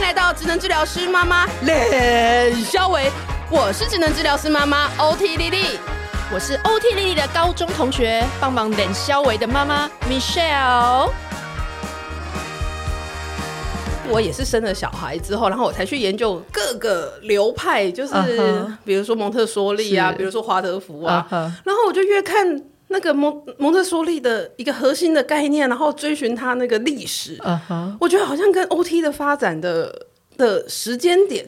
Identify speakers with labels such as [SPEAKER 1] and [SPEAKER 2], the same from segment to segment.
[SPEAKER 1] 来到职能治疗师妈妈冷肖维，我是职能治疗师妈妈 OT 丽丽。
[SPEAKER 2] 我是 OT 丽丽的高中同学，帮忙冷肖维的妈妈 Michelle。
[SPEAKER 1] 我也是生了小孩之后，然后我才去研究各个流派，就是、
[SPEAKER 2] 嗯哼
[SPEAKER 1] 比如说蒙特梭利啊，
[SPEAKER 2] 是
[SPEAKER 1] 比如说华德福啊
[SPEAKER 2] 嗯哼
[SPEAKER 1] 然后我就越看那个蒙蒙特梭利的一个核心的概念，然后追寻它那个历史，
[SPEAKER 2] 嗯哼，
[SPEAKER 1] 我觉得好像跟 OT 的发展的的时间点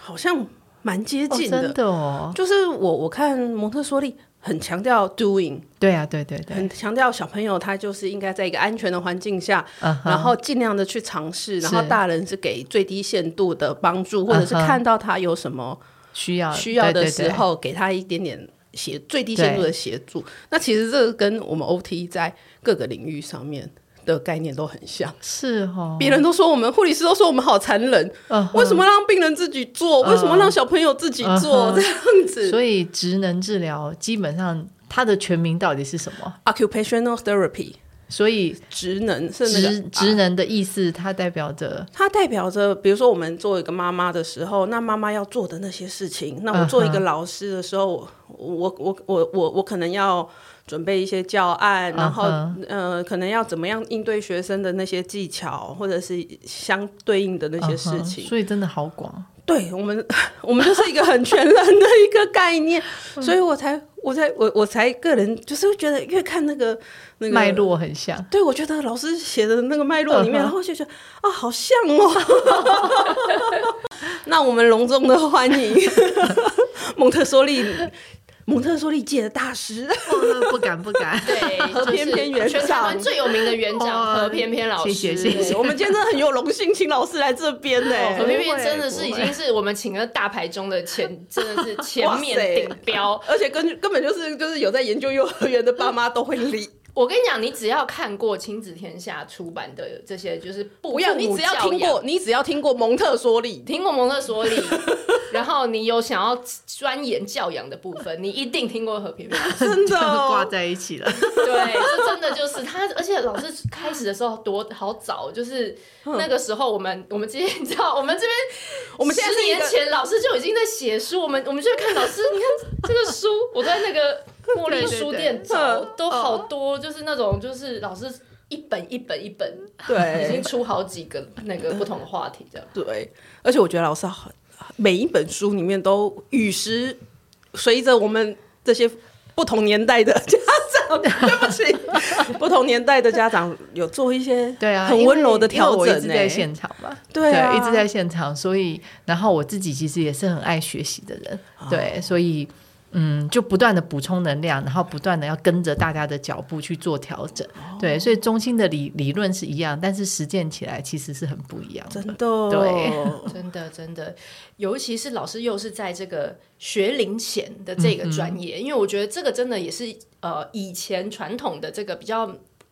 [SPEAKER 1] 好像蛮接
[SPEAKER 2] 哦
[SPEAKER 1] 近的。
[SPEAKER 2] 真的哦，
[SPEAKER 1] 就是我我看蒙特梭利很强调 doing，
[SPEAKER 2] 对啊，对对对，
[SPEAKER 1] 很强调小朋友他就是应该在一个安全的环境下，
[SPEAKER 2] 嗯
[SPEAKER 1] 然
[SPEAKER 2] 哼，
[SPEAKER 1] 后尽量的去尝试，
[SPEAKER 2] 是
[SPEAKER 1] 然后大人是给最低限度的帮助，或者是
[SPEAKER 2] 嗯哼
[SPEAKER 1] 看到他有什么
[SPEAKER 2] 需要
[SPEAKER 1] 需要的
[SPEAKER 2] 对对对
[SPEAKER 1] 时候，给他一点点协最低限度的协助。那其实这个跟我们 OT 在各个领域上面的概念都很像。
[SPEAKER 2] 是哦，
[SPEAKER 1] 别人都说我们护理师都说我们好残忍，
[SPEAKER 2] 嗯
[SPEAKER 1] 为什么让病人自己做？为什么让小朋友自己做？
[SPEAKER 2] 嗯
[SPEAKER 1] 这样子
[SPEAKER 2] 所以职能治疗基本上它的全名到底是什么？
[SPEAKER 1] ，occupational therapy
[SPEAKER 2] 所以
[SPEAKER 1] 职能是啊那
[SPEAKER 2] 职
[SPEAKER 1] 个
[SPEAKER 2] 职能的意思，它代表着
[SPEAKER 1] 它代表着，比如说我们做一个妈妈的时候，那妈妈要做的那些事情；那我做一个
[SPEAKER 2] 嗯
[SPEAKER 1] 老师的时候，我我我我我我可能要准备一些教案，然后、
[SPEAKER 2] 嗯
[SPEAKER 1] 呃，可能要怎么样应对学生的那些技巧，或者是相对应的那些事
[SPEAKER 2] 嗯哼
[SPEAKER 1] 情。
[SPEAKER 2] 所以真的好广，
[SPEAKER 1] 对我们， 我们就是一个很全能的一个概 念，
[SPEAKER 2] 嗯
[SPEAKER 1] 所以我才我才我我才个人就是会觉得越看那个那个
[SPEAKER 2] 脉络 很像。
[SPEAKER 1] 对，我觉得老师写的那个脉络里面
[SPEAKER 2] 嗯哼
[SPEAKER 1] 然后就觉得啊，好像哦。 那我们隆重的欢 迎蒙特梭利，蒙特梭利界的大师。
[SPEAKER 2] 不敢不 敢，
[SPEAKER 3] 对，
[SPEAKER 1] 和
[SPEAKER 3] 就是
[SPEAKER 1] 翩翩园
[SPEAKER 3] 全台湾
[SPEAKER 1] 长
[SPEAKER 3] 最有名的园
[SPEAKER 2] 哇
[SPEAKER 3] 长和翩翩老师，
[SPEAKER 2] 谢谢谢
[SPEAKER 1] 对
[SPEAKER 2] 谢
[SPEAKER 1] 我们今天真的很有荣幸，请老师来这边呢、
[SPEAKER 2] 哦
[SPEAKER 3] 对和翩翩真
[SPEAKER 2] 不
[SPEAKER 3] 的是
[SPEAKER 2] 会
[SPEAKER 3] 已经是我们请的大牌中的前，真的是前
[SPEAKER 1] 哇塞
[SPEAKER 3] 面顶标。
[SPEAKER 1] 而且根根本就是就是有在研究幼儿园的爸妈都会理，
[SPEAKER 3] 我跟你讲，你只要看过《亲子天下》出版的这些，就是不
[SPEAKER 1] 不要你只要听过，你只要听过蒙特梭 利，
[SPEAKER 3] 听过蒙特梭利，然后你有想要钻研教养的部分，你一定听过和翩翩。
[SPEAKER 1] 真的、
[SPEAKER 2] 挂
[SPEAKER 1] 哦。
[SPEAKER 2] 在一起了。
[SPEAKER 3] 对，这真的就是他，而且老师开始的时候多好早，就是那个时候我们我们今天你知道我们这边
[SPEAKER 1] 我们现在
[SPEAKER 3] 十
[SPEAKER 1] 是一
[SPEAKER 3] 年
[SPEAKER 1] 个
[SPEAKER 3] 前老师就已经在写书，我们我们就会看老师，你看这个书，我在 那个茉莉书店找
[SPEAKER 1] 对对对
[SPEAKER 3] 都好多，就是那种就是老师一本一本一本，
[SPEAKER 1] 对
[SPEAKER 3] 已经出好几个那个不同的话题这样。
[SPEAKER 1] 对，而且我觉得老师好，每一本书里面都与时随着我们这些不同年代的家长，对不 起，不同年代的家长有做一些
[SPEAKER 2] 对啊，
[SPEAKER 1] 很
[SPEAKER 2] 因为
[SPEAKER 1] 温柔的调整、
[SPEAKER 2] 因为
[SPEAKER 1] 欸，
[SPEAKER 2] 我一直在现场嘛，
[SPEAKER 1] 对啊
[SPEAKER 2] 一直在现场，所以然后我自己其实也是很爱学习的人，对，所以嗯，就不断的补充能量，然后不断的要跟着大家的脚步去做调整，对，所以中心的理理论是一样，但是实践起来其实是很不一样的
[SPEAKER 1] 真。的哦
[SPEAKER 2] 对
[SPEAKER 3] 真的，真的，尤其是老师又是在这个学龄前的这
[SPEAKER 2] 嗯
[SPEAKER 3] 个专业，因为我觉得这个真的也是呃以前传统的这个比较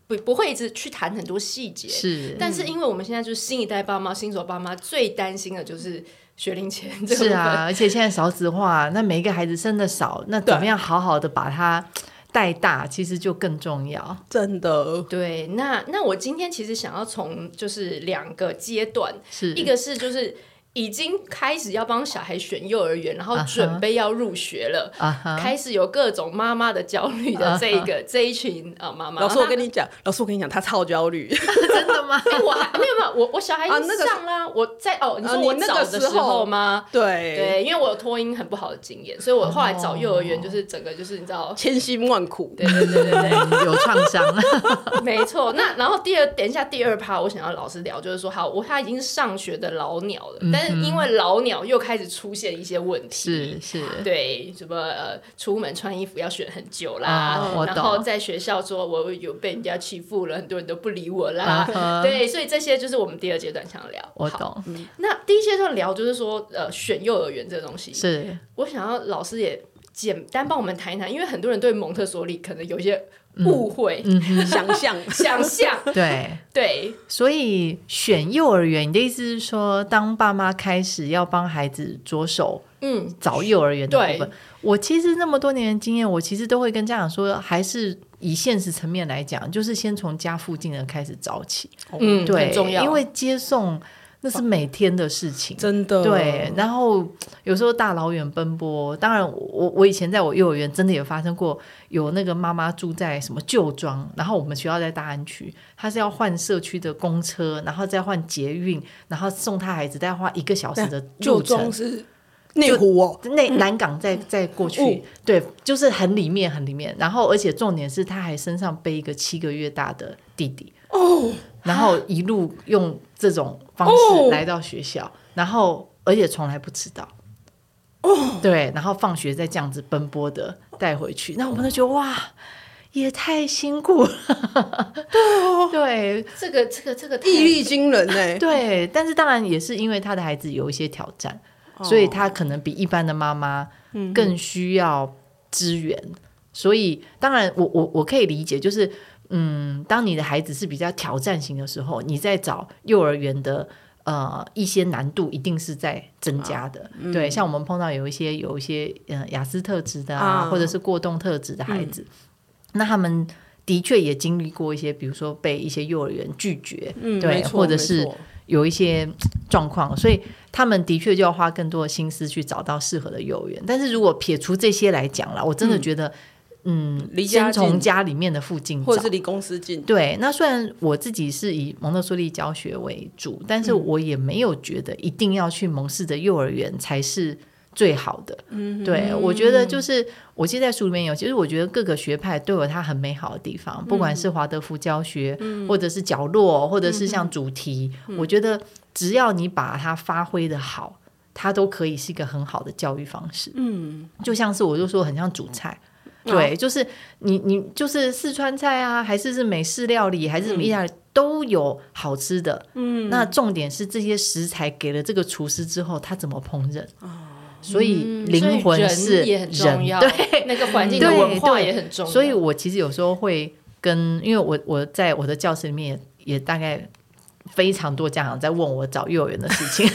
[SPEAKER 3] 不不会一直去谈很多细节，
[SPEAKER 2] 是，嗯
[SPEAKER 3] 但是因为我们现在就是新一代爸妈、新手爸妈最担心的就是学龄前这个部
[SPEAKER 2] 是
[SPEAKER 3] 分。
[SPEAKER 2] 啊，而且现在少子化，那每一个孩子生的少，那怎么样好好的把他带大，其实就更重要。
[SPEAKER 1] 真 的，
[SPEAKER 3] 对，那那我今天其实想要从就是两个阶段，
[SPEAKER 2] 是
[SPEAKER 3] 一个是就是已经开始要帮小孩选幼儿园，然后
[SPEAKER 2] 啊哈
[SPEAKER 3] 准备要入学了
[SPEAKER 2] 啊哈，啊
[SPEAKER 3] 开始有各种妈妈的焦虑的这一个、这一群呃妈妈。
[SPEAKER 1] 老师我
[SPEAKER 3] 那
[SPEAKER 1] 跟你讲，老师我跟你讲，他超焦 虑，
[SPEAKER 2] 真的吗？
[SPEAKER 3] 哎我还没有没有，我我小孩已
[SPEAKER 1] 啊
[SPEAKER 3] 经
[SPEAKER 1] 那个
[SPEAKER 3] 上啦，我在哦，你
[SPEAKER 1] 啊
[SPEAKER 3] 说
[SPEAKER 1] 你
[SPEAKER 3] 我
[SPEAKER 1] 那
[SPEAKER 3] 早
[SPEAKER 1] 个
[SPEAKER 3] 的
[SPEAKER 1] 时
[SPEAKER 3] 时候
[SPEAKER 1] 候
[SPEAKER 3] 吗？
[SPEAKER 1] 对，
[SPEAKER 3] 对，因为我有托婴很不好的经验，所以我后来找幼儿
[SPEAKER 2] 哦
[SPEAKER 3] 园就是整个就是你知道，
[SPEAKER 1] 千辛万苦，
[SPEAKER 3] 对对对对对，
[SPEAKER 2] 嗯有创伤，
[SPEAKER 3] 没错，那然后第二，等一下第二趴，我想要老师聊，就是说，好，我他已经是上学的老鸟了，但是因为老鸟又开始出现一些问题，
[SPEAKER 2] 嗯是是，
[SPEAKER 3] 对，什么呃，出门穿衣服要选很久啦，
[SPEAKER 2] 哦我
[SPEAKER 3] 然后
[SPEAKER 2] 懂
[SPEAKER 3] 在学校说我有被人家欺负了，很多人都不理我啦，
[SPEAKER 2] 嗯哼
[SPEAKER 3] 对，所以这些就是我们第二阶段想聊。
[SPEAKER 2] 我
[SPEAKER 3] 好。
[SPEAKER 2] 懂，
[SPEAKER 3] 那第一阶段聊就是说，呃，选幼儿园这个东西，
[SPEAKER 2] 是
[SPEAKER 3] 我想要老师也简单帮我们谈一谈，因为很多人对蒙特梭利可能有一些
[SPEAKER 2] 嗯
[SPEAKER 3] 误会、
[SPEAKER 1] 想象
[SPEAKER 3] 想象，
[SPEAKER 2] 对。
[SPEAKER 3] 对。
[SPEAKER 2] 所以选幼儿园，你的意思是说，当爸妈开始要帮孩子着手
[SPEAKER 3] 嗯，
[SPEAKER 2] 找幼儿园的部分
[SPEAKER 3] 对，
[SPEAKER 2] 我其实那么多年的经验，我其实都会跟家长说，还是以现实层面来讲，就是先从家附近的开始找起。
[SPEAKER 3] 嗯，
[SPEAKER 2] 对，
[SPEAKER 3] 很重要，
[SPEAKER 2] 因为接送那是每天的事情。
[SPEAKER 1] 真的
[SPEAKER 2] 对，然后有时候大老远奔波，当然我我以前在我幼儿园真的也发生过，有那个妈妈住在什么旧庄，然后我们学校在大安区，她是要换社区的公车，然后再换捷运，然后送她孩子，再花一个小时的
[SPEAKER 1] 哦旧
[SPEAKER 2] 路程
[SPEAKER 1] 装。是内湖哦，
[SPEAKER 2] 那南港再再过去，
[SPEAKER 1] 哦
[SPEAKER 2] 对，就是很里面很里面。然后，而且重点是，他还身上背一个七个月大的弟弟哦，然后一路用这种方
[SPEAKER 1] 哦
[SPEAKER 2] 式来到学校，然后而且从来不迟到哦，对，然后放学再这样子奔波的带回去，那我们都觉得哇，也太辛苦了， 对哦
[SPEAKER 3] 这个这个 这个 太
[SPEAKER 1] 毅力惊人哎，
[SPEAKER 2] 对，但是当然也是因为他的孩子有一些挑战，所以他可能比一般的妈妈更需要支援。所以当然我，我我可以理解，就是嗯，当你的孩子是比较挑战型的时候，你在找幼儿园的。呃，一些难度一定是在增加的，对，像我们碰到有一些有一些呃雅思特质的啊，嗯
[SPEAKER 1] 啊
[SPEAKER 2] 或者是过动特质的孩子，那他们的确也经历过一些，比如说被一些幼儿园拒绝，
[SPEAKER 1] 嗯，
[SPEAKER 2] 对
[SPEAKER 1] 没错
[SPEAKER 2] 或者是
[SPEAKER 1] 没错
[SPEAKER 2] 有一些嗯状况，所以他们的确就要花更多的心思去找到适合的幼儿园。但是如果撇除这些来讲啦，我真的觉得，嗯，
[SPEAKER 1] 离家
[SPEAKER 2] 先
[SPEAKER 1] 近
[SPEAKER 2] 从家里面的附近找
[SPEAKER 1] 或者是离公司近，
[SPEAKER 2] 对，那虽然我自己是以蒙特梭利教学为主，但是我也没有觉得一定要去蒙氏的幼儿园才是最好的。嗯，对，我觉得就是我记得在书里面有，其实我觉得各个学派都有它很美好的地方，不管是华德福教学，或者是角落，或者是像主题，我觉得只要你把它发挥的好，它都可以是一个很好的教育方式。
[SPEAKER 1] 嗯，
[SPEAKER 2] 就像是我就说很像煮菜。
[SPEAKER 3] 嗯
[SPEAKER 2] 对，就是你你就是四川菜啊，还是是美式料理，还是什么意大利，
[SPEAKER 3] 嗯
[SPEAKER 2] 都有好吃的。嗯，那重点是这些食材给了这个厨师之后，他怎么烹饪。所以
[SPEAKER 3] 哦嗯
[SPEAKER 2] 灵
[SPEAKER 3] 所以
[SPEAKER 2] 魂
[SPEAKER 3] 人
[SPEAKER 2] 是
[SPEAKER 3] 也很重要，
[SPEAKER 2] 对，
[SPEAKER 3] 那个环境的
[SPEAKER 2] 对
[SPEAKER 3] 文化
[SPEAKER 2] 对
[SPEAKER 3] 也很重要。
[SPEAKER 2] 所以我其实有时候会跟，因为我我在我的教室里面也也大概非常多家长在问我找幼儿园的事情，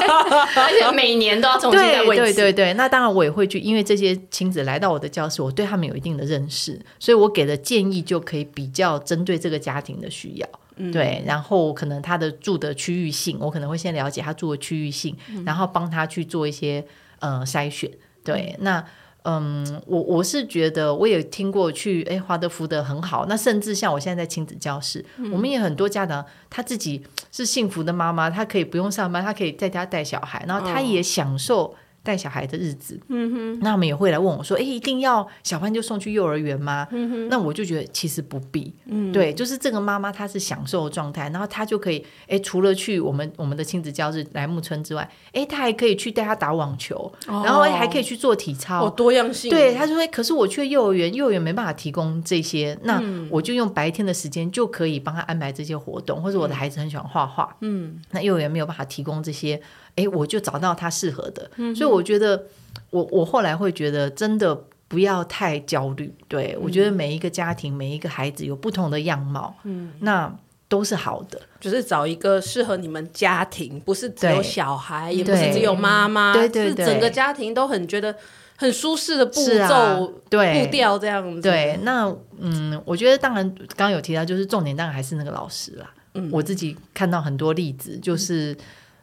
[SPEAKER 3] 而且每年都要重新再问一
[SPEAKER 2] 对
[SPEAKER 3] 次。
[SPEAKER 2] 对对，那当然我也会去，因为这些亲子来到我的教室，我对他们有一定的认识，所以我给的建议就可以比较针对这个家庭的需要。对，然后可能他的住的区域性，我可能会先了解他住的区域性，然后帮他去做一些呃筛选。对，那嗯，我我是觉得我也听过去，哎，华德福的很好。那甚至像我现在在亲子教室，我们也很多家长他自己是幸福的妈妈，她可以不用上班，她可以在家带小孩，然后她也享受带小孩的日子。嗯哼，那他们也会来问我说：“哎，一定要小班就送去幼儿园吗？”嗯哼，那我就觉得其实不必。嗯，对，就是这个妈妈她是享受的状态，然后她就可以，哎，除了去我们我们的亲子教室来木村之外，哎，她还可以去带她打网球，然后还可以去做体操。
[SPEAKER 1] 哦，多样性，
[SPEAKER 2] 对，他就会。可是我去幼儿园，幼儿园没办法提供这些，那
[SPEAKER 1] 嗯
[SPEAKER 2] 我就用白天的时间就可以帮他安排这些活动，或者
[SPEAKER 1] 嗯
[SPEAKER 2] 我的孩子很喜欢画画，嗯，那幼儿园没有办法提供这些，哎，我就找到他适合的。
[SPEAKER 1] 嗯
[SPEAKER 2] 所以我觉得，我我后来会觉得，真的不要太焦虑。对我
[SPEAKER 1] 嗯
[SPEAKER 2] 觉得每一个家庭、每一个孩子有不同的样貌，嗯，那都是好的。
[SPEAKER 1] 就是找一个适合你们家庭，不是只有
[SPEAKER 2] 对
[SPEAKER 1] 小孩，也不是
[SPEAKER 2] 对
[SPEAKER 1] 只有妈妈，
[SPEAKER 2] 对对对
[SPEAKER 1] 是整个家庭都很觉得很舒适的步
[SPEAKER 2] 是啊
[SPEAKER 1] 骤、
[SPEAKER 2] 对
[SPEAKER 1] 步调这样子。
[SPEAKER 2] 对，那嗯，我觉得当然，刚刚有提到，就是重点当然还是那个老师啦。
[SPEAKER 1] 嗯
[SPEAKER 2] 我自己看到很多例子，就是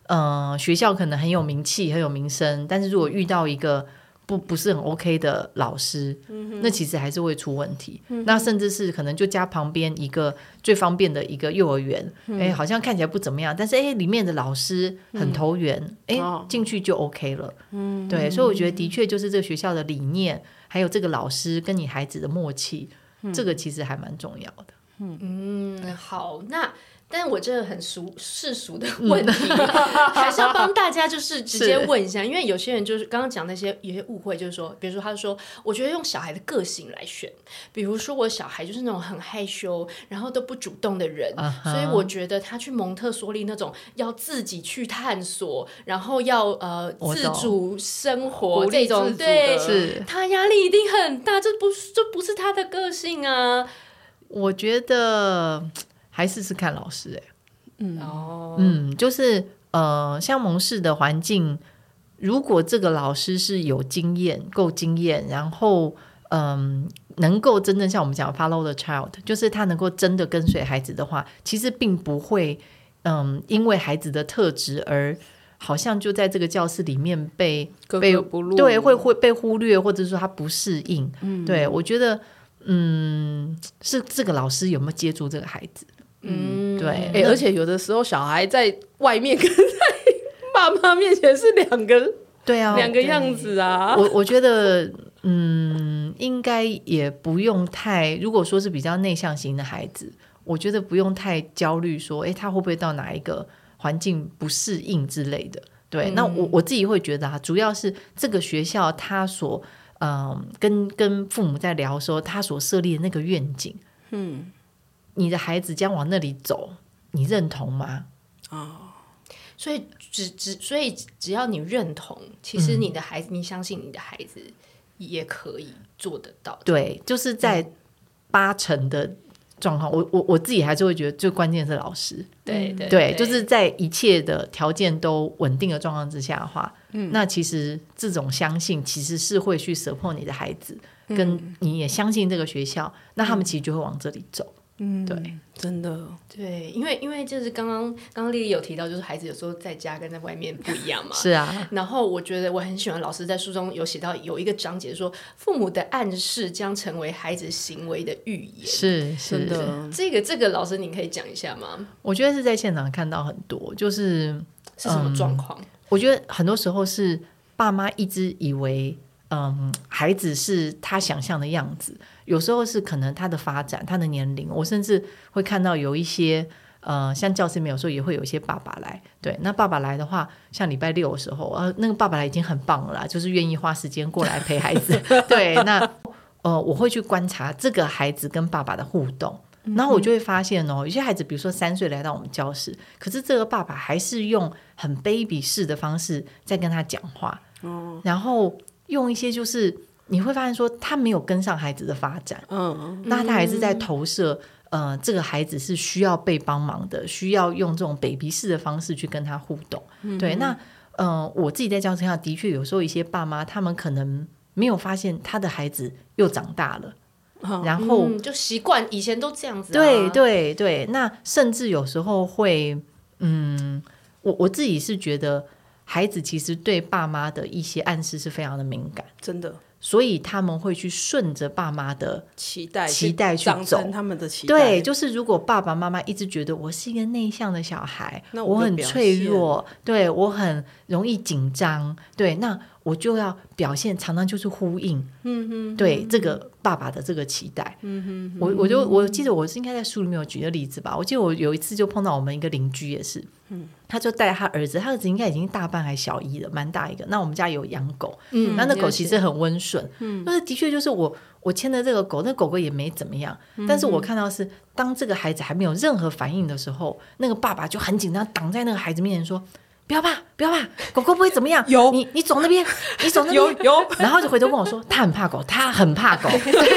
[SPEAKER 2] 嗯、呃学校可能很有名气、很有名声，但是如果遇到一个不不是很 OK 的老师，
[SPEAKER 1] 嗯
[SPEAKER 2] 那其实还是会出问题。那甚至是可能就家旁边一个最方便的一个幼儿园，哎、
[SPEAKER 1] 嗯
[SPEAKER 2] 好像看起来不怎么样，但是哎、里面的老师很投缘，哎、
[SPEAKER 1] 哦
[SPEAKER 2] 进、去就 OK 了。对，所以我觉得的确就是这个学校的理念，还有这个老师跟你孩子的默契，这个其实还蛮重要的。
[SPEAKER 3] 嗯，好，那。但我这很俗世俗的
[SPEAKER 2] 嗯
[SPEAKER 3] 问题，还是要帮大家就是直接问一下，因为有些人就是刚刚讲那些有些误会，就是说，比如说他说，我觉得用小孩的个性来选，比如说我小孩就是那种很害羞，然后都不主动的人
[SPEAKER 2] 啊哈
[SPEAKER 3] 所以我觉得他去蒙特梭利那种要自己去探索，然后要呃
[SPEAKER 2] 我
[SPEAKER 3] 自
[SPEAKER 2] 懂
[SPEAKER 3] 主生活
[SPEAKER 1] 鼓
[SPEAKER 3] 这
[SPEAKER 1] 励
[SPEAKER 3] 种，
[SPEAKER 1] 自主
[SPEAKER 3] 对
[SPEAKER 1] 的，
[SPEAKER 2] 是
[SPEAKER 3] 他压力一定很大，这不是这不是他的个性啊。
[SPEAKER 2] 我觉得嗯还是是看老师、欸，
[SPEAKER 3] 哦，
[SPEAKER 2] 嗯，就是呃，像蒙氏的环境，如果这个老师是有经验、够经验，然后嗯、能够真正像我们讲 follow the child，就是他能够真的跟随孩子的话，其实并不会。嗯，因为孩子的特质而好像就在这个教室里面被
[SPEAKER 1] 格
[SPEAKER 2] 被
[SPEAKER 1] 格不入，
[SPEAKER 2] 对，会会被忽略，或者说他不适应。嗯，对我觉得，嗯，是这个老师有没有接住这个孩子？
[SPEAKER 3] 嗯，
[SPEAKER 2] 对
[SPEAKER 1] 哎、而且有的时候小孩在外面跟在爸妈面前是两个
[SPEAKER 2] 对啊，
[SPEAKER 1] 两个样子啊。
[SPEAKER 2] 我我觉得，嗯，应该也不用太，如果说是比较内向型的孩子，我觉得不用太焦虑，说，诶，他会不会到哪一个环境不适应之类的。对，那我我自己会觉得啊，主要是这个学校他所，嗯、跟跟父母在聊的时候，他所设立的那个愿景，嗯，你的孩子将往那里走，你认同吗？
[SPEAKER 3] 所以只只所以只要你认同，其实你的孩子，你相信你的孩子也可以做得到。
[SPEAKER 2] 对，就是在八成的状况，我我我自己还是会觉得最关键是老师，
[SPEAKER 3] 对嗯对
[SPEAKER 2] 对，就是在一切的条件都稳定的状况之下的话，那其实这种相信其实是会去 support 你的孩子，跟你也相信这个学校，那他们其实就会往这里走。
[SPEAKER 1] 嗯，
[SPEAKER 2] 对，
[SPEAKER 1] 真的，
[SPEAKER 3] 对，因为因为就是刚刚刚刚丽丽有提到，就是孩子有时候在家跟在外面不一样嘛。
[SPEAKER 2] 是啊，
[SPEAKER 3] 然后我觉得我很喜欢老师在书中有写到有一个章节说，父母的暗示将成为孩子行为的预言。
[SPEAKER 2] 是是
[SPEAKER 1] 真的，
[SPEAKER 3] 这个这个老师你可以讲一下吗？
[SPEAKER 2] 我觉得是在现场看到很多，就是
[SPEAKER 3] 是什么状况？
[SPEAKER 2] 我觉得很多时候是爸妈一直以为，嗯，孩子是他想象的样子，有时候是可能他的发展、他的年龄，我甚至会看到有一些。呃，像教室里面有时候也会有一些爸爸来，对，那爸爸来的话，像礼拜六的时候，呃，那个爸爸来已经很棒了啦，就是愿意花时间过来陪孩子，对，那呃，我会去观察这个孩子跟爸爸的互动，然后我就会发现哦，有些孩子，比如说三岁来到我们教室，可是这个爸爸还是用很 baby 式的方式在跟他讲话，然后用一些就是你会发现说他没有跟上孩子的发展，
[SPEAKER 1] 嗯，
[SPEAKER 2] 那他还是在投射，呃，这个孩子是需要被帮忙的，需要用这种 baby 式的方式去跟他互动。对，那呃，我自己在教室上的确有时候一些爸妈他们可能没有发现他的孩子又长大了，然后
[SPEAKER 3] 嗯，就习惯以前都这样子、啊。
[SPEAKER 2] 对对对，那甚至有时候会，嗯，我我自己是觉得孩子其实对爸妈的一些暗示是非常的敏感，
[SPEAKER 1] 真的
[SPEAKER 2] 所以他们会去顺着爸妈的
[SPEAKER 1] 期待
[SPEAKER 2] 期待去
[SPEAKER 1] 长
[SPEAKER 2] 走
[SPEAKER 1] 成他们的期待，
[SPEAKER 2] 对，就是如果爸爸妈妈一直觉得我是一个内向的小孩，
[SPEAKER 1] 那
[SPEAKER 2] 我
[SPEAKER 1] 我就
[SPEAKER 2] 很
[SPEAKER 1] 表
[SPEAKER 2] 脆
[SPEAKER 1] 现
[SPEAKER 2] 弱，对我很容易紧张，对，那我就要表现，常常就是呼应，嗯哼，对这个爸爸的这个期待，嗯哼，我我就我记得我是应该在书里面有举个例子吧，我记得我有一次就碰到我们一个邻居也是，嗯，他就带他儿子，他儿子应该已经大半还小一了，蛮大一个，那我们家有养狗，
[SPEAKER 3] 嗯，
[SPEAKER 2] 那那狗其实很温顺，嗯，但是的确就是我我牵的这个狗，那狗狗也没怎么样，但是我看到是当这个孩子还没有任何反应的时候，那个爸爸就很紧张，挡在那个孩子面前说。不要怕，不要怕，狗狗不会怎么样。
[SPEAKER 1] 有
[SPEAKER 2] 你，你走那边，你走那边。
[SPEAKER 1] 有有，
[SPEAKER 2] 然后就回头跟我说，他很怕狗，他很怕狗。对，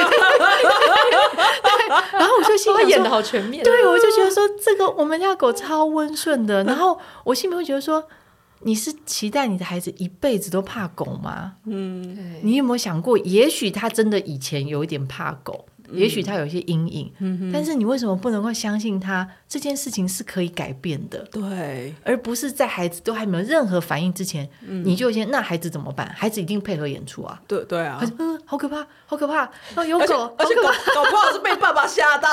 [SPEAKER 2] 然后我就心
[SPEAKER 3] 他
[SPEAKER 2] 想
[SPEAKER 3] 演
[SPEAKER 2] 说
[SPEAKER 3] 的，好全面、啊。
[SPEAKER 2] 对，我就觉得说这个我们家狗超温顺的，然后我心里会觉得说，你是期待你的孩子一辈子都怕狗吗？
[SPEAKER 1] 嗯，
[SPEAKER 3] 对
[SPEAKER 2] 你有没有想过，也许他真的以前有一点怕狗，也许他有一些阴影，
[SPEAKER 1] 嗯
[SPEAKER 2] 但是你为什么不能够相信他这件事情是可以改变的？
[SPEAKER 1] 对，
[SPEAKER 2] 而不是在孩子都还没有任何反应之前，
[SPEAKER 1] 嗯
[SPEAKER 2] 你就先那孩子怎么办？孩子一定配合演出啊！
[SPEAKER 1] 对对啊
[SPEAKER 2] 他。就嗯，好可怕，好可怕！哦，有
[SPEAKER 1] 而且
[SPEAKER 2] 狗，好
[SPEAKER 1] 而且
[SPEAKER 2] 可
[SPEAKER 1] 搞
[SPEAKER 2] 怕！
[SPEAKER 1] 搞不好是被爸爸吓 到，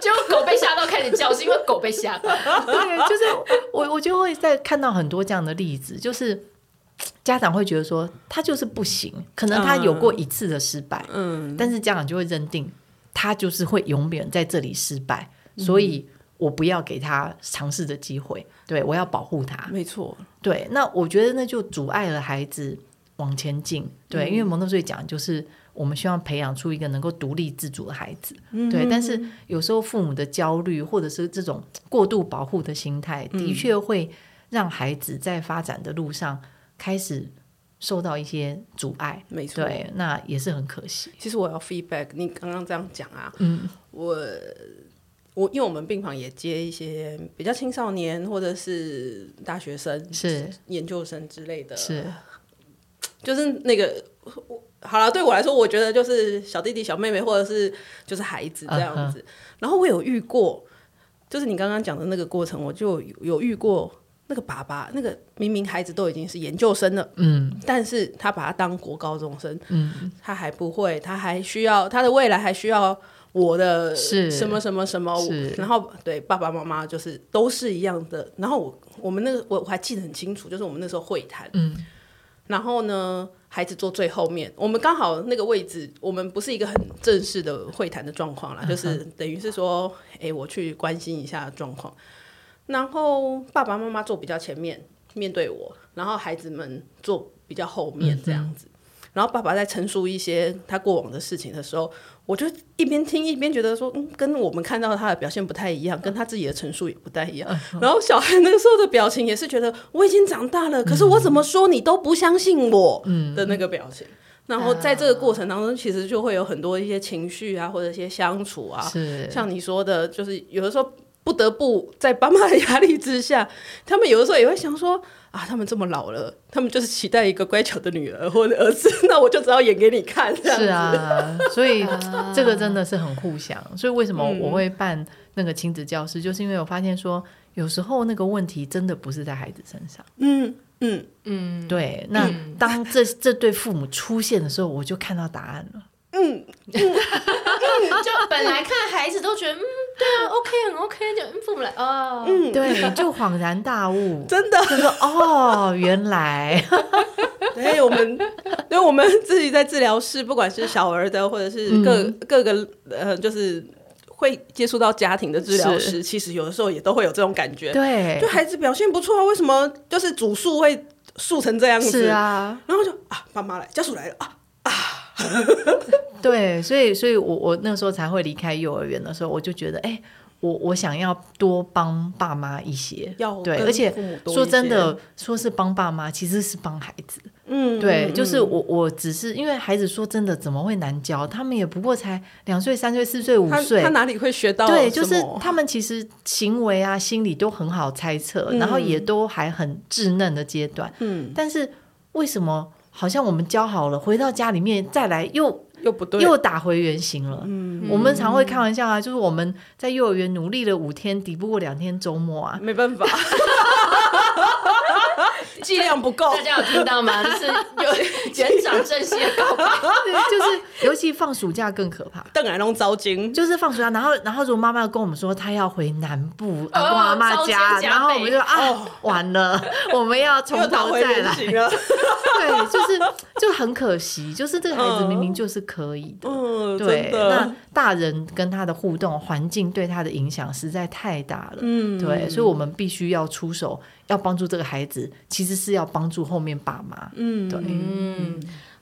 [SPEAKER 3] 结果狗被吓到开始叫，是因为狗被吓到。
[SPEAKER 2] 对，就是我我就会在看到很多这样的例子，就是家长会觉得说他就是不行，可能他有过一次的失败，
[SPEAKER 1] 嗯，
[SPEAKER 2] 但是家长就会认定他就是会永远在这里失败，所以我不要给他尝试的机会，对我要保护他。
[SPEAKER 1] 没错，
[SPEAKER 2] 对，那我觉得那就阻碍了孩子往前进。对，因为
[SPEAKER 1] 嗯
[SPEAKER 2] 蒙特梭利讲就是我们希望培养出一个能够独立自主的孩子。
[SPEAKER 1] 嗯
[SPEAKER 2] 对，但是有时候父母的焦虑或者是这种过度保护的心态，
[SPEAKER 1] 嗯
[SPEAKER 2] 的确会让孩子在发展的路上开始受到一些阻碍。
[SPEAKER 1] 没错。
[SPEAKER 2] 对，那也是很可惜。
[SPEAKER 1] 其实我要 feedback 你刚刚这样讲啊，嗯，我我因为我们病房也接一些比较青少年或者是大学生、
[SPEAKER 2] 是
[SPEAKER 1] 研究生之类的，
[SPEAKER 2] 是，
[SPEAKER 1] 就是那个我好了，对我来说，我觉得啊就是小弟弟、小妹妹，或者是就是孩子这样子。然后我有遇过，就是你刚刚讲的那个过程，我就有有遇过那个爸爸，那个明明孩子都已经是研究生了，嗯，但是他把他当国高中生，嗯，他还不会，他还需要他的未来还需要我的
[SPEAKER 2] 是
[SPEAKER 1] 什么什么什么，我
[SPEAKER 2] 是
[SPEAKER 1] 然后对爸爸妈妈就是都是一样的，然后我我们那个我我还记得很清楚，就是我们那时候会谈，嗯，然后呢。孩子坐最后面，我们刚好那个位置，我们不是一个很正式的会谈的状况啦，就是等于是说，哎、我去关心一下状况。然后爸爸妈妈坐比较前面，面对我，然后孩子们坐比较后面这样子。然后爸爸在陈述一些他过往的事情的时候，我就一边听一边觉得说，嗯，跟我们看到他的表现不太一样，跟他自己的陈述也不太一样。然后小孩那个时候的表情也是觉得我已经长大了，可是我怎么说你都不相信我的那个表情。然后在这个过程当中，其实就会有很多一些情绪啊，或者一些相处啊，
[SPEAKER 2] 是
[SPEAKER 1] 像你说的，就是有的时候不得不在爸妈的压力之下， 他们有的时候也会想说啊，他们这么老了，他们就是期待一个乖巧的女儿或者儿子，那我就只好演给你看，这样
[SPEAKER 2] 是啊，所 以这个真的是很互相。所以为什么
[SPEAKER 1] 嗯
[SPEAKER 2] 我会办那个亲子教室，就是因为我发现说，有时候那个问题真的不是在孩子身上。
[SPEAKER 1] 嗯嗯，
[SPEAKER 2] 对，那当这这对父母出现的时候，我就看到答案了。
[SPEAKER 3] 就本来看孩子都觉得，嗯，对啊，OK，很 OK，就嗯父母来哦，
[SPEAKER 2] 对，就恍然大悟，
[SPEAKER 1] 真的，
[SPEAKER 2] 就说哦，原 来
[SPEAKER 1] 对我们，对我们自己在治疗室，不管是小儿的，或者是各、
[SPEAKER 2] 嗯
[SPEAKER 1] 各个呃，就是会接触到家庭的治疗
[SPEAKER 2] 是
[SPEAKER 1] 师，其实有的时候也都会有这种感觉，
[SPEAKER 2] 对
[SPEAKER 1] 就，孩子表现不错啊，为什么就是主诉会诉成这样子？
[SPEAKER 2] 是，啊，
[SPEAKER 1] 然后就啊，爸妈来，家属来了啊，
[SPEAKER 2] 对，所以，所以我我那时候才会离开幼儿园的时候，我就觉得，哎、我我想要多帮爸妈一些，
[SPEAKER 1] 要
[SPEAKER 2] 对，
[SPEAKER 1] 跟
[SPEAKER 2] 而且
[SPEAKER 1] 父母多一
[SPEAKER 2] 说真
[SPEAKER 1] 些
[SPEAKER 2] 的，说是帮爸妈，其实是帮孩子。
[SPEAKER 1] 嗯，
[SPEAKER 2] 对，
[SPEAKER 1] 嗯
[SPEAKER 2] 就是我我只是因为孩子说真的，怎么会难教？他们也不过才两岁、三岁、四岁、五
[SPEAKER 1] 他
[SPEAKER 2] 岁
[SPEAKER 1] 他。哪里会学到什么？
[SPEAKER 2] 对，就是他们其实行为啊、心理都很好猜测，然后也都还很稚嫩的阶段。
[SPEAKER 1] 嗯，
[SPEAKER 2] 但是为什么好像我们教好了，回到家里面再来又
[SPEAKER 1] 又不对，
[SPEAKER 2] 又打回原形了？我们常会开玩笑啊，就是我们在幼儿园努力了五天，抵不过两天周 末啊。
[SPEAKER 1] 没 办法，剂量不够
[SPEAKER 3] 大，家有听到吗？就是有园长正式的告白，
[SPEAKER 2] 就是尤其放暑假更可怕。
[SPEAKER 1] 邓来龙糟精，
[SPEAKER 2] 就是放暑假，然后然后如果妈妈跟我们说她要回南部阿
[SPEAKER 3] 哦
[SPEAKER 2] 公阿妈家，
[SPEAKER 3] 糟心加倍
[SPEAKER 2] 然后我们就啊、完了， 我们要从
[SPEAKER 1] 哦又打
[SPEAKER 2] 头
[SPEAKER 1] 回
[SPEAKER 2] 再
[SPEAKER 1] 原
[SPEAKER 2] 来，
[SPEAKER 1] 形了。
[SPEAKER 2] 对，就是就很可惜，就是这个孩子
[SPEAKER 1] 嗯
[SPEAKER 2] 明明就是可以的，
[SPEAKER 1] 嗯，
[SPEAKER 2] 对
[SPEAKER 1] 真，
[SPEAKER 2] 那
[SPEAKER 1] 的，
[SPEAKER 2] 大人跟他的互动环境对他的影响实在太大了，嗯，对，所以我们必须要出手，要帮助这个孩子，其实是要帮助后面爸妈，嗯，对，
[SPEAKER 3] 嗯。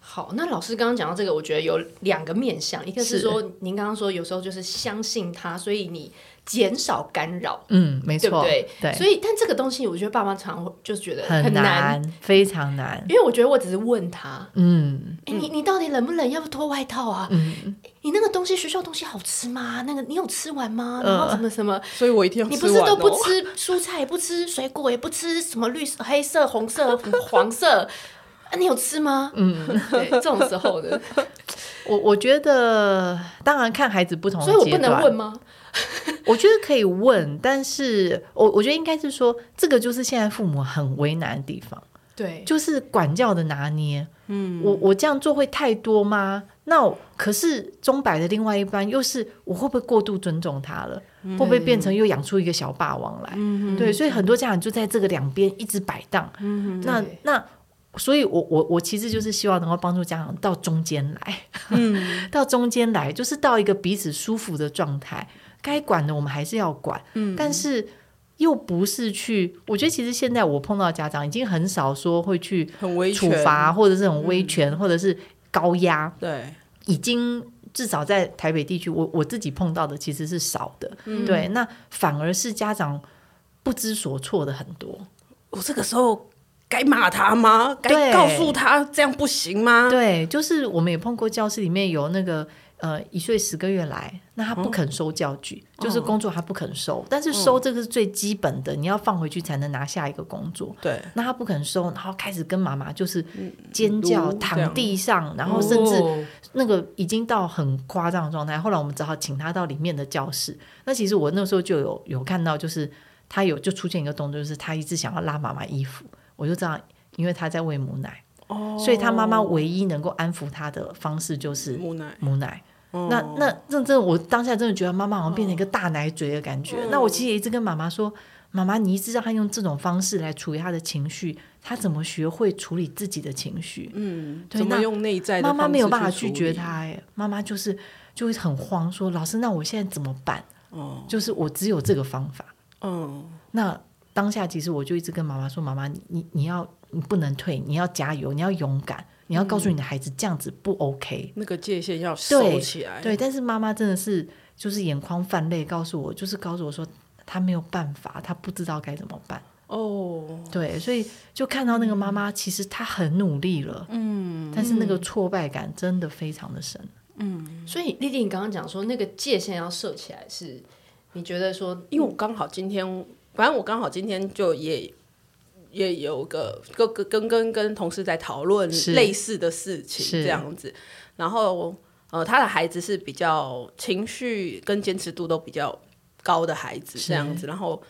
[SPEAKER 3] 好，那老师刚刚讲到这个，我觉得有两个面向，一个
[SPEAKER 2] 是
[SPEAKER 3] 是说您刚刚说有时候就是相信他，所以你减少干扰，
[SPEAKER 2] 嗯，没
[SPEAKER 3] 对不
[SPEAKER 2] 错，
[SPEAKER 3] 对？所以，但这个东西，我觉得爸妈常会就是觉得
[SPEAKER 2] 很
[SPEAKER 3] 难，
[SPEAKER 2] 难，非常难，
[SPEAKER 3] 因为我觉得我只是问他，
[SPEAKER 2] 嗯。
[SPEAKER 3] 哎、你你到底冷不冷？要不脱外套啊？诶你那个东西，学校东西好吃吗？那个你有吃完吗？然后什么什么？
[SPEAKER 1] 所以我一定要
[SPEAKER 3] 你
[SPEAKER 1] 吃
[SPEAKER 3] 不是
[SPEAKER 1] 完
[SPEAKER 3] 都不
[SPEAKER 1] 哦
[SPEAKER 3] 吃蔬菜，也不吃水果，也不吃什么绿色、黑色、红色、 黄色？啊，你有吃吗？嗯， 对，这种时候的，
[SPEAKER 2] 我我觉得，当然看孩子不同的
[SPEAKER 3] 所以我
[SPEAKER 2] 阶
[SPEAKER 3] 不
[SPEAKER 2] 段，
[SPEAKER 3] 能问吗？
[SPEAKER 2] 我觉得可以问，但是我我觉得应该是说，这个就是现在父母很为难的地方，
[SPEAKER 3] 对，
[SPEAKER 2] 就是管教的拿捏。嗯，我我这样做会太多吗？那我可是钟摆的另外一端又是我会不会过度尊重他了？会不会变成又养出一个小霸王来？对，所以很多家长就在这个两边一直摆荡。嗯那
[SPEAKER 3] 对
[SPEAKER 2] 那。所以我，我我其实就是希望能够帮助家长到中间来，嗯， 到中间来，就是到一个彼此舒服的状态。该管的我们还是要管，嗯，但是又不是去，我觉得其实现在我碰到的家长已经很少说会去
[SPEAKER 1] 很危
[SPEAKER 2] 处
[SPEAKER 1] 险，
[SPEAKER 2] 罚，或者是很威权，或者是高压，
[SPEAKER 1] 对，
[SPEAKER 2] 已经至少在台北地区，我我自己碰到的其实是少的，对，那反而是家长不知所措的很多，
[SPEAKER 1] 我这个时候该骂他吗？该
[SPEAKER 2] 对
[SPEAKER 1] 告诉他这样不行吗？
[SPEAKER 2] 对，就是我们也碰过教室里面有那个呃一岁十个月来，那他不肯收教具，就是工作他不肯收，但是收这个是最基本的，你要放回去才能拿下一个工作。
[SPEAKER 1] 对，嗯
[SPEAKER 2] 那他不肯收，然后开始跟妈妈就是尖叫，
[SPEAKER 1] 撸这
[SPEAKER 2] 躺
[SPEAKER 1] 样
[SPEAKER 2] 地上，然后甚至
[SPEAKER 3] 哦
[SPEAKER 2] 那个已经到很夸张的状态。后来我们只好请他到里面的教室。那其实我那时候就有有看到，就是他有就出现一个动作，就是他一直想要拉妈妈衣服，我就这样，因为他在喂母奶，
[SPEAKER 1] 哦
[SPEAKER 2] 所以他妈妈唯一能够安抚他的方式就是
[SPEAKER 1] 母奶，哦
[SPEAKER 2] 母奶。那那认真，我当下真的觉得妈妈好像变成一个大奶嘴的感
[SPEAKER 1] 嗯
[SPEAKER 2] 觉。那我其实也一直跟妈妈说，妈妈，你一直让她用这种方式来处理她的情绪，她怎么学会处理自己的情绪？
[SPEAKER 1] 嗯，
[SPEAKER 2] 对
[SPEAKER 1] 怎么
[SPEAKER 2] 那
[SPEAKER 1] 用内在的
[SPEAKER 2] 妈妈
[SPEAKER 1] 方
[SPEAKER 2] 没有
[SPEAKER 1] 式
[SPEAKER 2] 办法
[SPEAKER 1] 去
[SPEAKER 2] 拒
[SPEAKER 1] 处
[SPEAKER 2] 绝
[SPEAKER 1] 理
[SPEAKER 2] 她，哎，妈妈就是就会很慌，说老师，那我现在怎么办？
[SPEAKER 1] 哦，
[SPEAKER 2] 就是我只有这个方法。
[SPEAKER 1] 嗯，
[SPEAKER 2] 那当下其实我就一直跟妈妈说，妈妈，你你你要你不能退，你要加油，你要勇敢，你要告诉你的孩子、这样子不 OK。
[SPEAKER 1] 那个界限要嗯收
[SPEAKER 2] 对
[SPEAKER 1] 起来，
[SPEAKER 2] 对，但是妈妈真的是就是眼眶泛泪，告诉我，就是告诉我说她没有办法，她不知道该怎么办。
[SPEAKER 1] 哦，
[SPEAKER 2] 对，所以就看到那个妈妈，其实她很努力了，嗯，但是那个挫败感真的非常的深。
[SPEAKER 3] 所以丽丽，你刚刚讲说那个界限要设起来是，你觉得说
[SPEAKER 1] 因为我刚好今天，反正我刚好今天就也也有个跟跟跟跟跟同事在讨论
[SPEAKER 2] 是
[SPEAKER 1] 类似的事情
[SPEAKER 2] 是
[SPEAKER 1] 这样子，然后呃，他的孩子是比较情绪跟坚持度都比较高的孩子
[SPEAKER 2] 是
[SPEAKER 1] 这样子，然后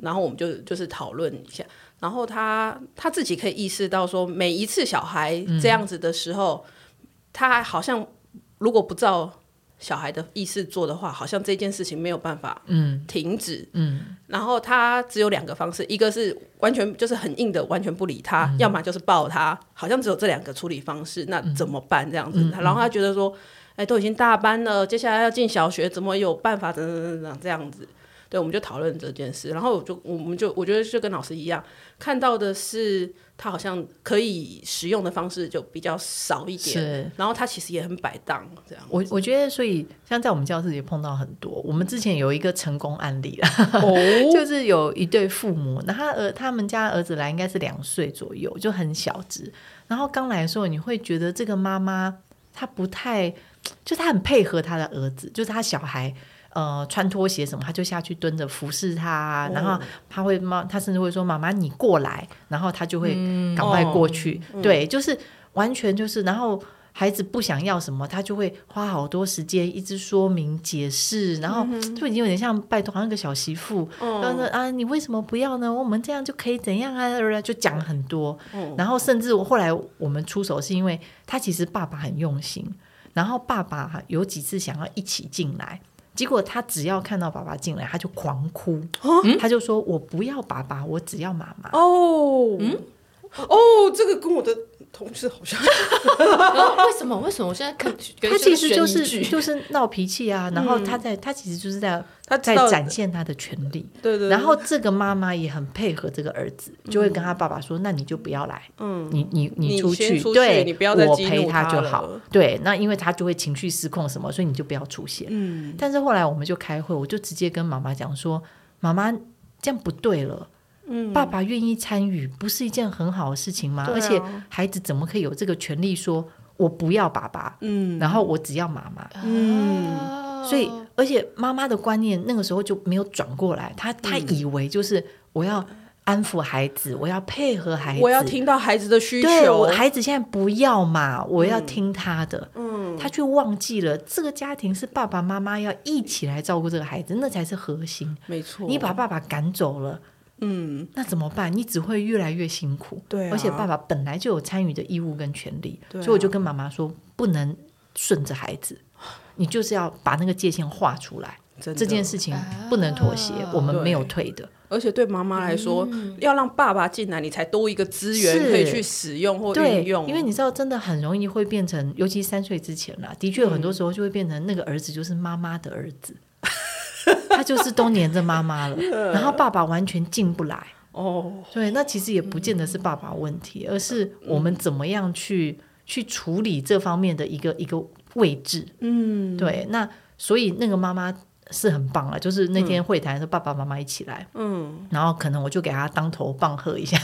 [SPEAKER 1] 然后我们就就是讨论一下，然后他他自己可以意识到说，每一次小孩
[SPEAKER 2] 嗯
[SPEAKER 1] 这样子的时候，他好像如果不照小孩的意识做的话，好像这件事情没有办法
[SPEAKER 2] 嗯
[SPEAKER 1] 停止。
[SPEAKER 2] 嗯，
[SPEAKER 1] 然后他只有两个方式，一个是完全就是很硬的，完全不理他；要么就是抱他，好像只有这两个处理方式。那怎么办？这样子，然后他觉得说，哎，都已经大班了，接下来要进小学，怎么有办法？等等等等，这样子。对，我们就讨论这件事，然后我就我们就我觉得就跟老师一样，看到的是他好像可以使用的方式就比较少一点，
[SPEAKER 2] 是。
[SPEAKER 1] 然后他其实也很摆荡这样。
[SPEAKER 2] 我我觉得，所以像在我们教室也碰到很多，我们之前有一个成功案例啦，
[SPEAKER 1] 哦
[SPEAKER 2] 就是有一对父母，那他儿他们家儿子来应该是两岁左右，就很小只。然后刚来的时候，你会觉得这个妈妈她不太，就她很配合她的儿子，就是她小孩。呃，穿拖鞋什么，她就下去蹲着服侍他，然后她会妈，她甚至会说：“妈妈，你过来。”然后她就会赶快过去。对，就是完全就是，然后孩子不想要什么，他就会花好多时间一直说明解释，然后就已经有点像拜托好像个小媳妇，然后说啊，你为什么不要呢？我们这样就可以怎样啊？就讲很多，然后甚至我后来我们出手是因为他其实爸爸很用心，然后爸爸有几次想要一起进来。结果他只要看到爸爸进来，他就狂哭，
[SPEAKER 1] 嗯
[SPEAKER 2] 他就说：“我不要爸爸，我只要妈妈。”
[SPEAKER 1] 哦，嗯，哦，这个跟我的同事好 像，
[SPEAKER 3] 呃为什么？为什么我现在看？
[SPEAKER 2] 他其实就是
[SPEAKER 3] 悬疑剧
[SPEAKER 2] 就是闹脾气啊，然后他在、他其实就是在
[SPEAKER 1] 嗯他知
[SPEAKER 2] 在
[SPEAKER 1] 道
[SPEAKER 2] 展现他的权利。
[SPEAKER 1] 对对，
[SPEAKER 2] 然后这个妈妈也很配合这个儿子，就会跟他爸爸说：“那你就不要来，
[SPEAKER 1] 嗯，
[SPEAKER 2] 你你
[SPEAKER 1] 你
[SPEAKER 2] 出
[SPEAKER 1] 先
[SPEAKER 2] 去，
[SPEAKER 1] 出去
[SPEAKER 2] 对，
[SPEAKER 1] 你不要再
[SPEAKER 2] 我
[SPEAKER 1] 激怒
[SPEAKER 2] 陪
[SPEAKER 1] 他
[SPEAKER 2] 就
[SPEAKER 1] 了
[SPEAKER 2] 好。”对，那因为他就会情绪失控什么，所以你就不要出现。
[SPEAKER 1] 嗯，
[SPEAKER 2] 但是后来我们就开会，我就直接跟妈妈讲说：“妈妈，这样不对了。”嗯，爸爸愿意参与，不是一件很好的事情吗？
[SPEAKER 1] 对啊
[SPEAKER 2] 而且孩子怎么可以有这个权利说我不要爸爸，
[SPEAKER 1] 嗯，
[SPEAKER 2] 然后我只要妈妈？
[SPEAKER 1] 嗯，
[SPEAKER 3] 哦
[SPEAKER 2] 所以，而且妈妈的观念那个时候就没有转过来，她她
[SPEAKER 1] 嗯
[SPEAKER 2] 以为就是我要安抚孩子，我要配合孩子，
[SPEAKER 1] 我要听到孩子的需
[SPEAKER 2] 对我
[SPEAKER 1] 求，
[SPEAKER 2] 孩子现在不要嘛，我要听他的。嗯，他却忘记了这个家庭是爸爸妈妈要一起来照顾这个孩子，那才是核心。
[SPEAKER 1] 没错，
[SPEAKER 2] 你把爸爸赶走了，嗯，那怎么办？你只会越来越辛苦。
[SPEAKER 1] 对啊
[SPEAKER 2] 而且爸爸本来就有参与的义务跟权利，
[SPEAKER 1] 对啊
[SPEAKER 2] 所以我就跟妈妈说，不能顺着孩子，你就是要把那个界限画出来。
[SPEAKER 1] 真的
[SPEAKER 2] 这件，事情不能妥协，我们没有退的。
[SPEAKER 1] 而且对妈妈来说，要让爸爸进来，你才多一个资源
[SPEAKER 2] 嗯是
[SPEAKER 1] 可以去使用或
[SPEAKER 2] 对，
[SPEAKER 1] 运用，
[SPEAKER 2] 因为你知道，真的很容易会变成，尤其三岁之前啦，的确有很
[SPEAKER 1] 嗯
[SPEAKER 2] 多时候就会变成那个儿子就是妈妈的儿子， 他就是都黏着妈 妈了，然后爸爸完全进不来。
[SPEAKER 1] 嗯哦，
[SPEAKER 2] 对，那其实也不见得是爸爸问题，而是我们怎么样去去处理这方面的一个一个位置。
[SPEAKER 1] 嗯，
[SPEAKER 2] 对，那所以那个妈妈是很棒了，就是那天会谈的时候，爸爸妈妈一起来，
[SPEAKER 1] 嗯，
[SPEAKER 2] 然后可能我就给他当头棒喝一下，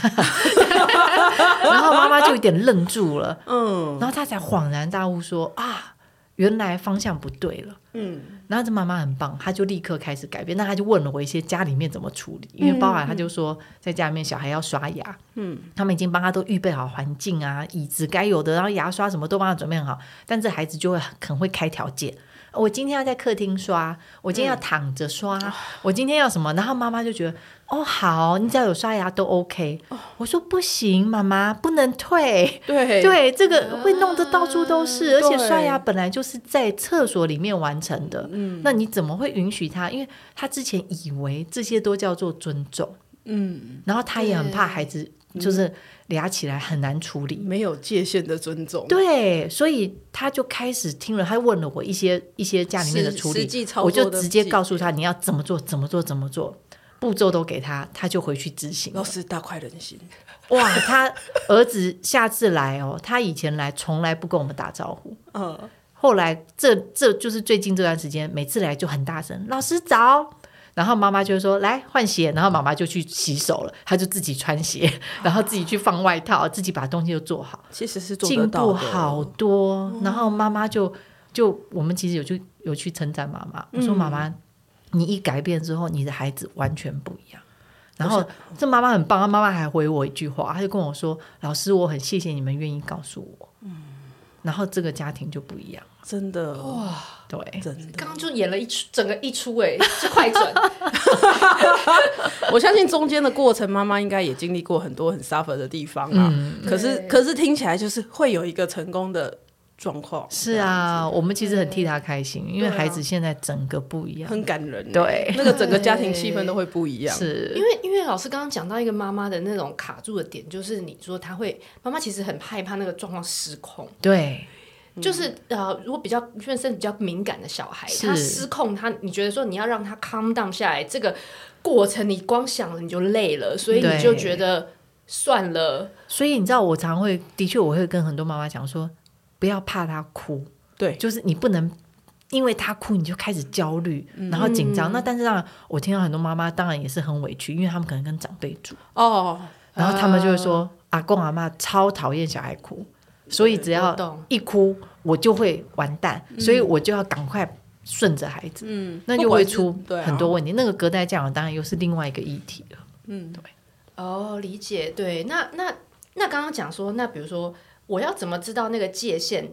[SPEAKER 2] 然后妈妈就有点愣住了，
[SPEAKER 1] 嗯，
[SPEAKER 2] 然后他才恍然大悟说啊。原来方向不对了。嗯，然后这妈妈很棒，她就立刻开始改变。那她就问了我一些家里面怎么处理，因为包含她就说在家里面小孩要刷牙，嗯，他们已经帮他都预备好环境啊、椅子该有的，然后牙刷什么都帮他准备很好，但这孩子就会很会开条件。我今天要在客厅刷，我今天要躺着刷，我今天要什么？然后妈妈就觉得，哦，好，你只要有刷牙都 OK。我说不行，妈妈不能退。
[SPEAKER 1] 对
[SPEAKER 2] 对，这个会弄得到处都是，而且
[SPEAKER 1] 对
[SPEAKER 2] 刷牙本来就是在厕所里面完成的，嗯，那你怎么会允许他？因为他之前以为这些都叫做尊重，嗯，然后他也很怕孩子就是俩起来很难处理，
[SPEAKER 1] 没有界限的尊重，
[SPEAKER 2] 对，所以他就开始听了，他问了我一些一些家里面的
[SPEAKER 1] 实
[SPEAKER 2] 处
[SPEAKER 1] 实
[SPEAKER 2] 理
[SPEAKER 1] 际，操
[SPEAKER 2] 我就
[SPEAKER 1] 作的
[SPEAKER 2] 直接
[SPEAKER 1] 技
[SPEAKER 2] 告诉他你要怎么做，怎么做，怎么做，步骤都给他，他就回去执行了。
[SPEAKER 1] 老师大快人心，
[SPEAKER 2] 哇，他儿子下次来哦，他以前来从来不跟我们打招呼，
[SPEAKER 1] 嗯，
[SPEAKER 2] 后来这这就是最近这段时间，每次来就很大声，老师早。然后妈妈就说来换鞋，然后妈妈就去洗手了，他就自己穿鞋，然后自己去放外套，自己把东西都做好。
[SPEAKER 1] 其实是做得
[SPEAKER 2] 进
[SPEAKER 1] 到
[SPEAKER 2] 步
[SPEAKER 1] 的，哦
[SPEAKER 2] 好多。然后妈妈就就我们其实有去有去称赞妈妈，
[SPEAKER 1] 嗯
[SPEAKER 2] 我说妈妈，你一改变之后，你的孩子完全不一样。然后这妈妈很棒，她妈妈还回我一句话，她就跟我说：“老师，我很谢谢你们愿意告诉我。”
[SPEAKER 1] 嗯
[SPEAKER 2] 然后这个家庭就不一样，
[SPEAKER 1] 真的哇，
[SPEAKER 2] 对，
[SPEAKER 1] 真的。
[SPEAKER 3] 刚刚就演了一出整个一出哎、是快转，
[SPEAKER 1] 我相信中间的过程，妈妈应该也经历过很多很 suffer 的地方啊。
[SPEAKER 2] 嗯
[SPEAKER 1] 可是，
[SPEAKER 3] 对
[SPEAKER 1] 可是听起来就是会有一个成功的状况，
[SPEAKER 2] 是啊，我们其实很替她开心，因为
[SPEAKER 1] 对啊
[SPEAKER 2] 孩子现在整个不一
[SPEAKER 1] 这样，
[SPEAKER 2] 样，
[SPEAKER 1] 很感人欸。
[SPEAKER 2] 对
[SPEAKER 1] 那个整个家庭气氛都会不一样。
[SPEAKER 2] 是
[SPEAKER 3] 因为因为老师刚刚讲到一个妈妈的那种卡住的点，就是你说她会妈妈其实很害怕那个状况失控，
[SPEAKER 2] 对，
[SPEAKER 3] 就是呃，如果比较因为比较敏感的小孩，
[SPEAKER 2] 是
[SPEAKER 3] 他失控，他你觉得说你要让他 calm down 下来，这个过程你光想了你就累了，所以
[SPEAKER 2] 对
[SPEAKER 3] 你就觉得算了，
[SPEAKER 2] 所以你知道，我常会，的确，我会跟很多妈妈讲说，不要怕她哭，
[SPEAKER 1] 对
[SPEAKER 2] 就是你不能因为她哭你就开始焦虑，
[SPEAKER 1] 嗯
[SPEAKER 2] 然后紧张。那但是当然，我听到很多妈妈当然也是很委屈，因为他们可能跟长辈住，
[SPEAKER 1] 哦，
[SPEAKER 2] 然后他们就会说，阿公阿妈超讨厌小孩哭，所以只
[SPEAKER 3] 我
[SPEAKER 2] 要
[SPEAKER 3] 懂
[SPEAKER 2] 一哭我就会完蛋，
[SPEAKER 1] 嗯
[SPEAKER 2] 所以我就要赶快。顺着孩子，嗯，那就会
[SPEAKER 1] 不
[SPEAKER 2] 出
[SPEAKER 1] 管是对啊
[SPEAKER 2] 很多问题。那个隔代教养当然又是另外一个议题了。
[SPEAKER 3] 哦，理解，对，那那那刚刚讲说，那比如说我要怎么知道那个界限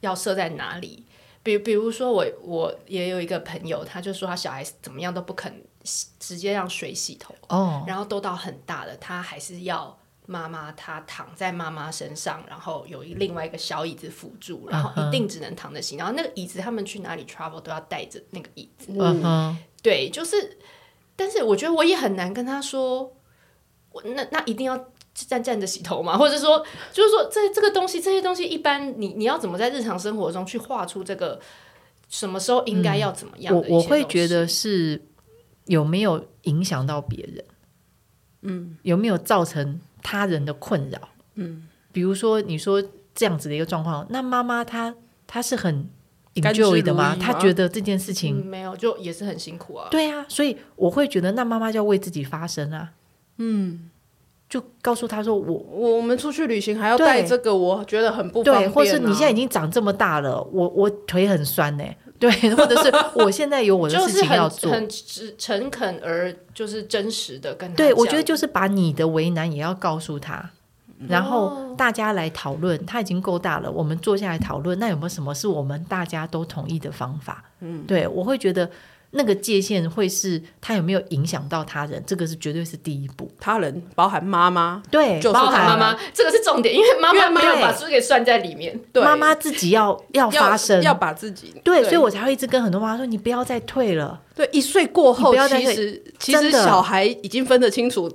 [SPEAKER 3] 要设在哪里？比比如说我我也有一个朋友，他就说他小孩怎么样都不肯洗直接让水洗头，
[SPEAKER 2] 哦，
[SPEAKER 3] 然后都到很大了，他还是要妈妈，他躺在妈妈身上，然后有一另外一个小椅子辅助，然
[SPEAKER 2] 嗯
[SPEAKER 3] 后一定只能躺着洗。然后那个椅子，他们去哪里 travel 都要带着那个椅子。
[SPEAKER 2] 嗯哼，
[SPEAKER 3] 对，就是，但是我觉得我也很难跟他说，我那那一定要。站站着洗头 嘛，或者说，就是说这这个东西，这些东西一般你你要怎么在日常生活中去画出这个什么时候应该要怎么样的
[SPEAKER 2] 我
[SPEAKER 3] 一些
[SPEAKER 2] 嗯我会
[SPEAKER 3] 东
[SPEAKER 2] 觉得
[SPEAKER 3] 西
[SPEAKER 2] 是有没有影响到别人，嗯，有没有造成他人的困扰，嗯，比如说你说这样子的一个状况，那妈妈她她是很
[SPEAKER 1] 甘之如
[SPEAKER 2] enjoy 的吗？
[SPEAKER 1] 饴
[SPEAKER 2] 她
[SPEAKER 1] 吗
[SPEAKER 2] 觉得这件事情
[SPEAKER 3] 嗯没有，就也是很辛苦啊。
[SPEAKER 2] 对啊，所以我会觉得那妈妈就要为自己发声啊，嗯，就告诉她说我。
[SPEAKER 1] 我我们出去旅行还要带
[SPEAKER 2] 对
[SPEAKER 1] 这个，我觉得很不方
[SPEAKER 2] 对，
[SPEAKER 1] 便、啊。
[SPEAKER 2] 或是你现在已经长这么大了，我我腿很酸呢、对，或者是我现在有我的
[SPEAKER 3] 就
[SPEAKER 2] 事
[SPEAKER 3] 是
[SPEAKER 2] 情要
[SPEAKER 3] 很
[SPEAKER 2] 做，
[SPEAKER 3] 很直诚恳而就是真实的跟他
[SPEAKER 2] 对，
[SPEAKER 3] 讲
[SPEAKER 2] 我觉得就是把你的为难也要告诉他，然后大家来讨论。他已经够大了，我们坐下来讨论，那有没有什么是我们大家都同意的方法？嗯，对我会觉得那个界限会是他有没有影响到他人，这个是绝对是第一步。
[SPEAKER 1] 他人包含妈妈，
[SPEAKER 2] 对，
[SPEAKER 1] 就是
[SPEAKER 2] 包
[SPEAKER 3] 包含
[SPEAKER 2] 含
[SPEAKER 3] 妈妈，这个是重点，因为妈
[SPEAKER 1] 因为
[SPEAKER 3] 妈没有
[SPEAKER 2] 对
[SPEAKER 3] 把这个算在里面。
[SPEAKER 1] 对
[SPEAKER 2] 妈妈自己要要
[SPEAKER 1] 要
[SPEAKER 2] 发声。
[SPEAKER 1] 要把自己
[SPEAKER 2] 对，所以我才会一直跟很多妈妈说，你不要再退了。
[SPEAKER 1] 对一岁过
[SPEAKER 2] 你
[SPEAKER 1] 后
[SPEAKER 2] 不要，再
[SPEAKER 1] 其实其
[SPEAKER 2] 真
[SPEAKER 1] 实
[SPEAKER 2] 的
[SPEAKER 1] 小孩已经分得清楚，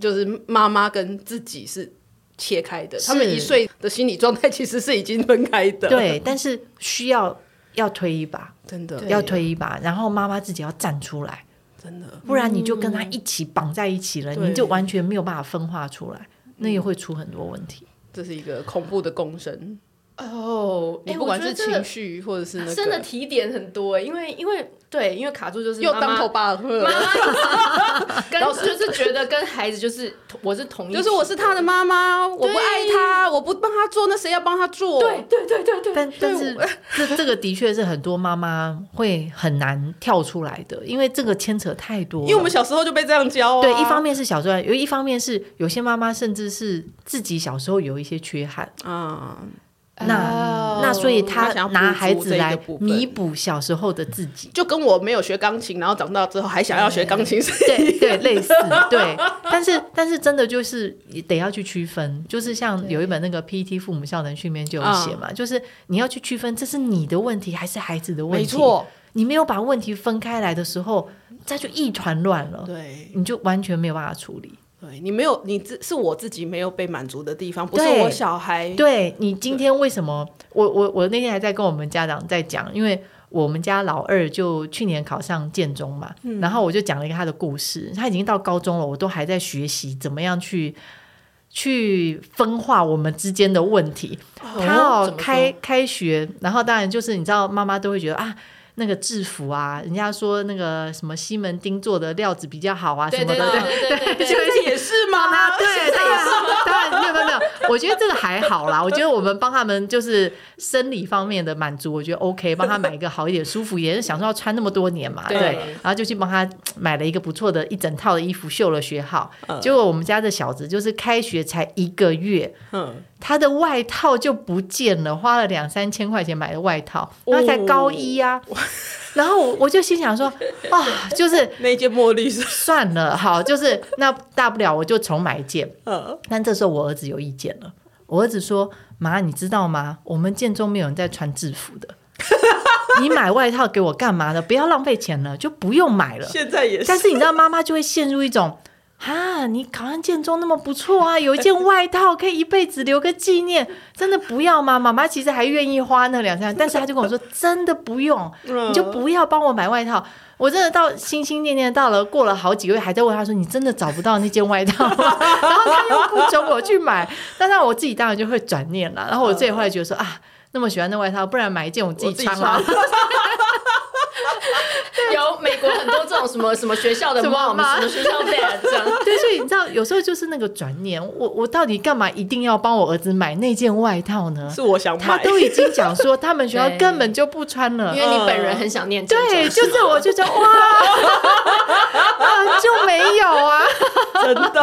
[SPEAKER 1] 就是妈妈跟自己是切开的。他们
[SPEAKER 2] 是
[SPEAKER 1] 一岁的心理状态其实是已经分开的。，
[SPEAKER 2] 对，但是需要要推一把，
[SPEAKER 1] 真的
[SPEAKER 3] 对
[SPEAKER 2] 要推一把，然后妈妈自己要站出来。
[SPEAKER 1] 真的
[SPEAKER 2] 不然你就跟他一起绑在一起了，
[SPEAKER 1] 嗯对
[SPEAKER 2] 你就完全没有办法分化出来，那也会出很多问题。
[SPEAKER 1] 这是一个恐怖的共生。
[SPEAKER 4] 哦，你
[SPEAKER 3] 哎
[SPEAKER 4] 不
[SPEAKER 3] 我
[SPEAKER 4] 管
[SPEAKER 3] 觉
[SPEAKER 4] 是
[SPEAKER 3] 得真的
[SPEAKER 4] 情绪或者是那个，
[SPEAKER 3] 真的提点很多、欸因为因为对，因为卡住就是
[SPEAKER 4] 又
[SPEAKER 3] 妈
[SPEAKER 4] 当
[SPEAKER 3] 妈
[SPEAKER 4] 头爸了
[SPEAKER 3] 妈。妈跟就是觉得跟孩子就是同我是同一，
[SPEAKER 1] 就是我是他的妈妈，我不爱他，我不帮他做，那谁要帮他做？
[SPEAKER 3] 对对对对对，
[SPEAKER 2] 但但是这这个的确是很多妈妈会很难跳出来的，因为这个牵扯太多了。
[SPEAKER 1] 因为我们小时候就被这样教啊。
[SPEAKER 2] 对，一方面是小时候，有一方面是有些妈妈甚至是自己小时候有一些缺憾，
[SPEAKER 1] 啊，
[SPEAKER 2] 那、
[SPEAKER 3] 哦
[SPEAKER 2] 那所以她
[SPEAKER 1] 哦她想要补
[SPEAKER 2] 拿
[SPEAKER 1] 足
[SPEAKER 2] 孩
[SPEAKER 1] 这
[SPEAKER 2] 子
[SPEAKER 1] 一个
[SPEAKER 2] 来
[SPEAKER 1] 部分
[SPEAKER 2] 弥补小时候的自己。
[SPEAKER 1] 就跟我没有学钢琴，然后长大之后还想要学钢琴是
[SPEAKER 2] 对对，类似对，但是但是真的就是也得要去区分，就是像有一本那个 PET 父母效能训练就有写
[SPEAKER 1] 嗯
[SPEAKER 2] 嘛，就是你要去区分这是你的问题还是孩子的问题。
[SPEAKER 1] 没错，
[SPEAKER 2] 你没有把问题分开来的时候，这就一团乱了，
[SPEAKER 1] 对
[SPEAKER 2] 你就完全没有办法处理。
[SPEAKER 1] 对，你没有，你自是我自己没有被满足的地方，不是
[SPEAKER 2] 对
[SPEAKER 1] 我小孩。
[SPEAKER 2] 对你今天为什么？我我我那天还在跟我们家长在讲，因为我们家老二就去年考上建中嘛，
[SPEAKER 3] 嗯
[SPEAKER 2] 然后我就讲了一个他的故事。他已经到高中了，我都还在学习怎么样去去分化我们之间的问题。他哦
[SPEAKER 3] 怎么说
[SPEAKER 2] 开开学，然后当然就是你知道，妈妈都会觉得啊。那个制服啊，人家说那个什么西门町做的料子比较好啊，什
[SPEAKER 3] 对
[SPEAKER 2] 么的，
[SPEAKER 3] 对对对对对，
[SPEAKER 1] 这也是吗？
[SPEAKER 2] 对，当然当然没有没有没有，我觉得这个还好啦。我觉得我们帮他们就是生理方面的满足，我觉得 OK，帮他买一个好一点、舒服一点，想说要穿那么多年嘛，
[SPEAKER 3] 对
[SPEAKER 2] 对，然后就去帮他买了一个不错的一整套的衣服，绣了学号。结果我们家的小子就是开学才一个月，
[SPEAKER 1] 嗯，
[SPEAKER 2] 他的外套就不见了，花了两三千块钱买的外套，然后才高一啊。然后我我就心想说，啊，就是
[SPEAKER 1] 那一件茉莉是，
[SPEAKER 2] 算了，好，就是那大不了我就重买一件。
[SPEAKER 1] 嗯，
[SPEAKER 2] 但这时候我儿子有意见了，我儿子说：“妈，你知道吗？我们建中没有人在穿制服的，你买外套给我干嘛呢？不要浪费钱了，就不用买了。”
[SPEAKER 1] 现在也是
[SPEAKER 2] 但。是你知道，妈妈就会陷入一种。啊，你考上建中那么不错啊，有一件外套可以一辈子留个纪念，真的不要吗？妈妈其实还愿意花那两三，但是她就跟我说，真的不用，
[SPEAKER 1] 嗯
[SPEAKER 2] 你就不要帮我买外套。我真的到心心念念到了过了好几个月，还在问她说，你真的找不到那件外套吗？ 然后她又不准我去买，但是我自己当然就会转念了。然后我自己后来觉得说啊，那么喜欢那外套，不然买一件我自己穿啊。
[SPEAKER 3] 有美国很多这种什么什么学校的
[SPEAKER 2] 什么
[SPEAKER 3] mom，
[SPEAKER 2] 妈
[SPEAKER 3] 什么学校 dad 这样。
[SPEAKER 2] 对，所以你知道，有时候就是那个转念，我我到底干嘛一定要帮我儿子买那件外套呢？
[SPEAKER 1] 是我想
[SPEAKER 2] 他
[SPEAKER 1] 买，
[SPEAKER 2] 都已经讲说他们学校
[SPEAKER 3] 对
[SPEAKER 2] 根本就不穿了
[SPEAKER 3] 因。为你本人很想念建中
[SPEAKER 2] 对，就是我就觉得哇、啊，就没有啊，
[SPEAKER 1] 真的。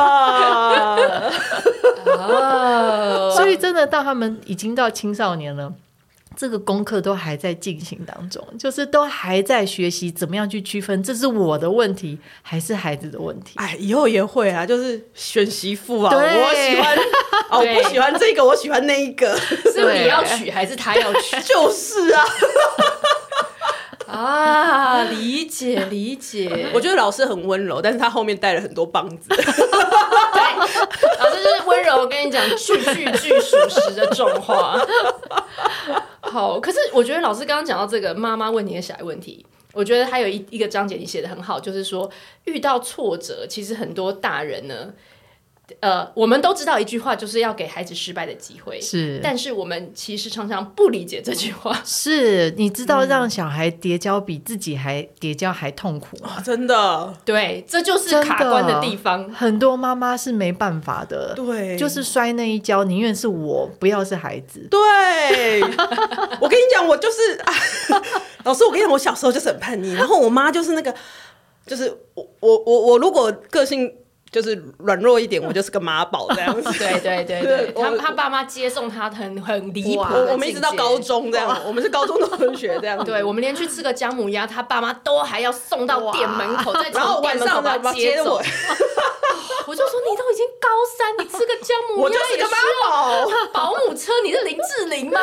[SPEAKER 3] 哦
[SPEAKER 2] 所以真的到他们已经到青少年了，这个功课都还在进行当中，就是都还在学习怎么样去区分这是我的问题还是孩子的问题。
[SPEAKER 1] 哎，以后也会啊，就是选媳妇啊，
[SPEAKER 2] 对
[SPEAKER 1] 我喜 欢，哦，
[SPEAKER 3] 对
[SPEAKER 1] 我不喜欢这个，我喜欢那一个，
[SPEAKER 3] 是你要娶还是他要娶
[SPEAKER 1] 就是啊。
[SPEAKER 3] 啊？理解理解，
[SPEAKER 1] 我觉得老师很温柔，但是他后面带了很多棒子。
[SPEAKER 3] 对，老师就是温柔，我跟你讲，句句句属实的重话。好，可是我觉得老师刚刚讲到这个妈妈问你的小孩问题，我觉得还有一一个章节你写的很好，就是说遇到挫折，其实很多大人呢，呃，我们都知道一句话，就是要给孩子失败的机会，
[SPEAKER 2] 是，
[SPEAKER 3] 但是我们其实常常不理解这句话。
[SPEAKER 2] 是，你知
[SPEAKER 3] 嗯
[SPEAKER 2] 道让小孩叠跤比自己还叠跤还痛苦吗？
[SPEAKER 1] 啊真的，
[SPEAKER 3] 对，这就是
[SPEAKER 2] 真的
[SPEAKER 3] 卡关的地方。
[SPEAKER 2] 很多妈妈是没办法的，
[SPEAKER 1] 对
[SPEAKER 2] 就是摔那一跤，宁愿是我，不要是孩子。
[SPEAKER 1] 对， 我跟你讲，我就是、 啊、老师，我跟你讲，我小时候就是很叛逆，然后我妈就是那个，就是我我我我如果个性就是软弱一点，我就是个妈宝这样 子。
[SPEAKER 3] 对对对对，他他爸妈接送他很很离谱
[SPEAKER 1] 我
[SPEAKER 3] 的境界，
[SPEAKER 1] 我们一直到高中这样，我们是高中的同学这样子。
[SPEAKER 3] 对，我们连去吃个姜母鸭，他爸妈都还要送到店门 口，再
[SPEAKER 1] 然后
[SPEAKER 3] 从
[SPEAKER 1] 晚
[SPEAKER 3] 店门口
[SPEAKER 1] 上
[SPEAKER 3] 把
[SPEAKER 1] 呢，
[SPEAKER 3] 他
[SPEAKER 1] 妈
[SPEAKER 3] 接
[SPEAKER 1] 接
[SPEAKER 3] 走。
[SPEAKER 1] 我，
[SPEAKER 3] 我就说你都已经高三，你吃个姜母
[SPEAKER 1] 我
[SPEAKER 3] 鸭
[SPEAKER 1] 就是
[SPEAKER 3] 也
[SPEAKER 1] 个
[SPEAKER 3] 需
[SPEAKER 1] 妈
[SPEAKER 3] 要
[SPEAKER 1] 宝。
[SPEAKER 3] 保姆车，你是林志 玲吗？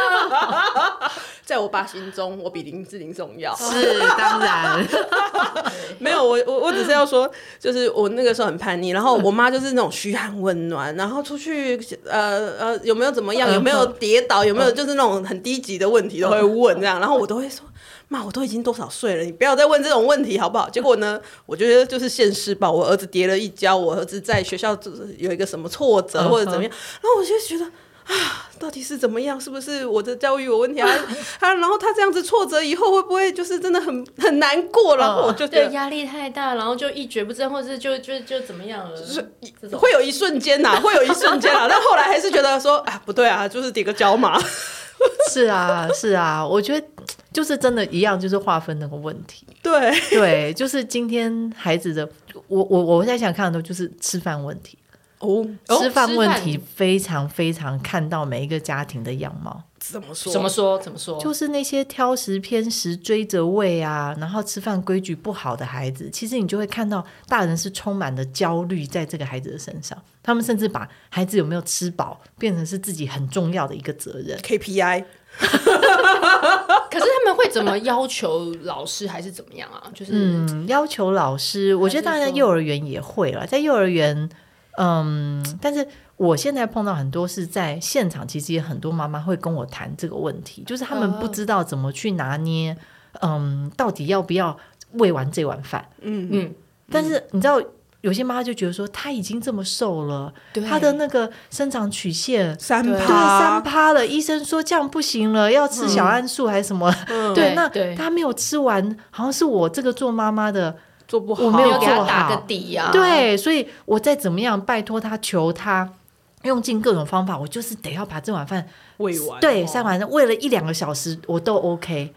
[SPEAKER 1] 在我爸心中，我比林志玲重 要。
[SPEAKER 2] 是，当然，
[SPEAKER 1] 没有，我我我只是要说，就是我那个时候很叛逆，然后我妈就是那种嘘寒问暖，然后出去呃呃有没有怎么样，有没
[SPEAKER 3] 嗯
[SPEAKER 1] 有跌倒，有没有就是那种很低级的问题都会问这样，然后我都会说。妈，我都已经多少岁了，你不要再问这种问题好不好？结果呢，我觉得就是现实吧。我儿
[SPEAKER 3] 嗯
[SPEAKER 1] 子跌了一跤，我儿子在学校就是有一个什么挫折或者怎么样，然后我就觉得啊，到底是怎么样？是不是我的教育有问题 啊？啊，然后他这样子挫折以后，会不会就是真的很很难过？然后我就觉
[SPEAKER 3] 嗯对
[SPEAKER 1] 得
[SPEAKER 3] 压力太大，然后就一蹶不振，或者是就就就怎么样了？这种
[SPEAKER 1] 会有一瞬间呐、会有一瞬间啦、但后来还是觉得说，啊，不对啊，就是叠个脚嘛。
[SPEAKER 2] 是啊，是啊，我觉得就是真的一样，就是划分那个问题。
[SPEAKER 1] 对，
[SPEAKER 2] 对，就是今天孩子的，我我我在想看的就是吃饭问题，
[SPEAKER 1] 哦，
[SPEAKER 2] 吃饭
[SPEAKER 3] 吃
[SPEAKER 2] 问
[SPEAKER 3] 饭
[SPEAKER 2] 题非常非常看到每一个家庭的样貌，
[SPEAKER 1] 怎么说？
[SPEAKER 3] 怎么说？怎么说？
[SPEAKER 2] 就是那些挑食、偏食、追着喂啊，然后吃饭规矩不好的孩子，其实你就会看到大人是充满了焦虑在这个孩子的身上，他们甚至把孩子有没有吃饱变成是自己很重要的一个责任。
[SPEAKER 1] KPI？
[SPEAKER 3] 可是他们会怎么要求老师，还是怎么样啊？就是、
[SPEAKER 2] 嗯，要求老师，我觉得
[SPEAKER 3] 是
[SPEAKER 2] 当然
[SPEAKER 3] 说
[SPEAKER 2] 幼儿园也会了，在幼儿园，嗯，但是我现在碰到很多是在现场，其实也很多妈妈会跟我谈这个问题，就是他们
[SPEAKER 3] 哦
[SPEAKER 2] 不知道怎么去拿捏，嗯，到底要不要喂完这碗饭？
[SPEAKER 1] 嗯，
[SPEAKER 3] 嗯，
[SPEAKER 2] 但是你知道，有些妈妈就觉得说，她已经这么瘦了，
[SPEAKER 3] 对，
[SPEAKER 2] 她的那个生长曲线。
[SPEAKER 1] 三
[SPEAKER 3] 对
[SPEAKER 2] 对，三
[SPEAKER 1] 趴，
[SPEAKER 2] 趴了，医生说这样不行了，要吃小桉树还是什么？
[SPEAKER 1] 嗯
[SPEAKER 2] 对，那
[SPEAKER 3] 对
[SPEAKER 2] 他没有吃完，好像是我这个做妈妈的
[SPEAKER 1] 做不好，
[SPEAKER 2] 我没有
[SPEAKER 3] 要给
[SPEAKER 2] 做
[SPEAKER 3] 他
[SPEAKER 2] 好
[SPEAKER 3] 打个底呀、啊。，
[SPEAKER 2] 对，所以我再怎么样拜托他、求他，用尽各种方法，我就是得要把这碗饭
[SPEAKER 1] 未完，哦
[SPEAKER 2] 对三碗饭，喂了一两个小时，我都 OK。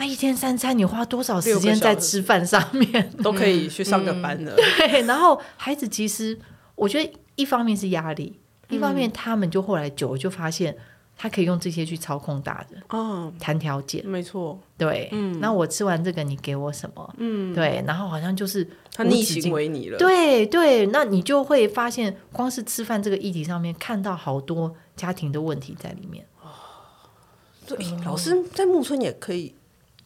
[SPEAKER 2] 那一天三餐，你花多少时间在吃饭上面？
[SPEAKER 1] 都可以去上个班了。
[SPEAKER 2] 对，然后孩子其实，我觉得一方面是压力，一方面他们就后来久了就发现，他可以用这些去操控大人，
[SPEAKER 1] 嗯，
[SPEAKER 2] 谈条件。
[SPEAKER 1] 没错，
[SPEAKER 2] 对，那我吃完这个，你给我什么？嗯，对，然后好像就是
[SPEAKER 1] 他
[SPEAKER 2] 无
[SPEAKER 1] 逆
[SPEAKER 2] 止
[SPEAKER 1] 行
[SPEAKER 2] 境
[SPEAKER 1] 为你了。
[SPEAKER 2] 对对，那你就会发现，光是吃饭这个议题上面，看到好多家庭的问题在里面。
[SPEAKER 1] 对，诶老师在木村也可以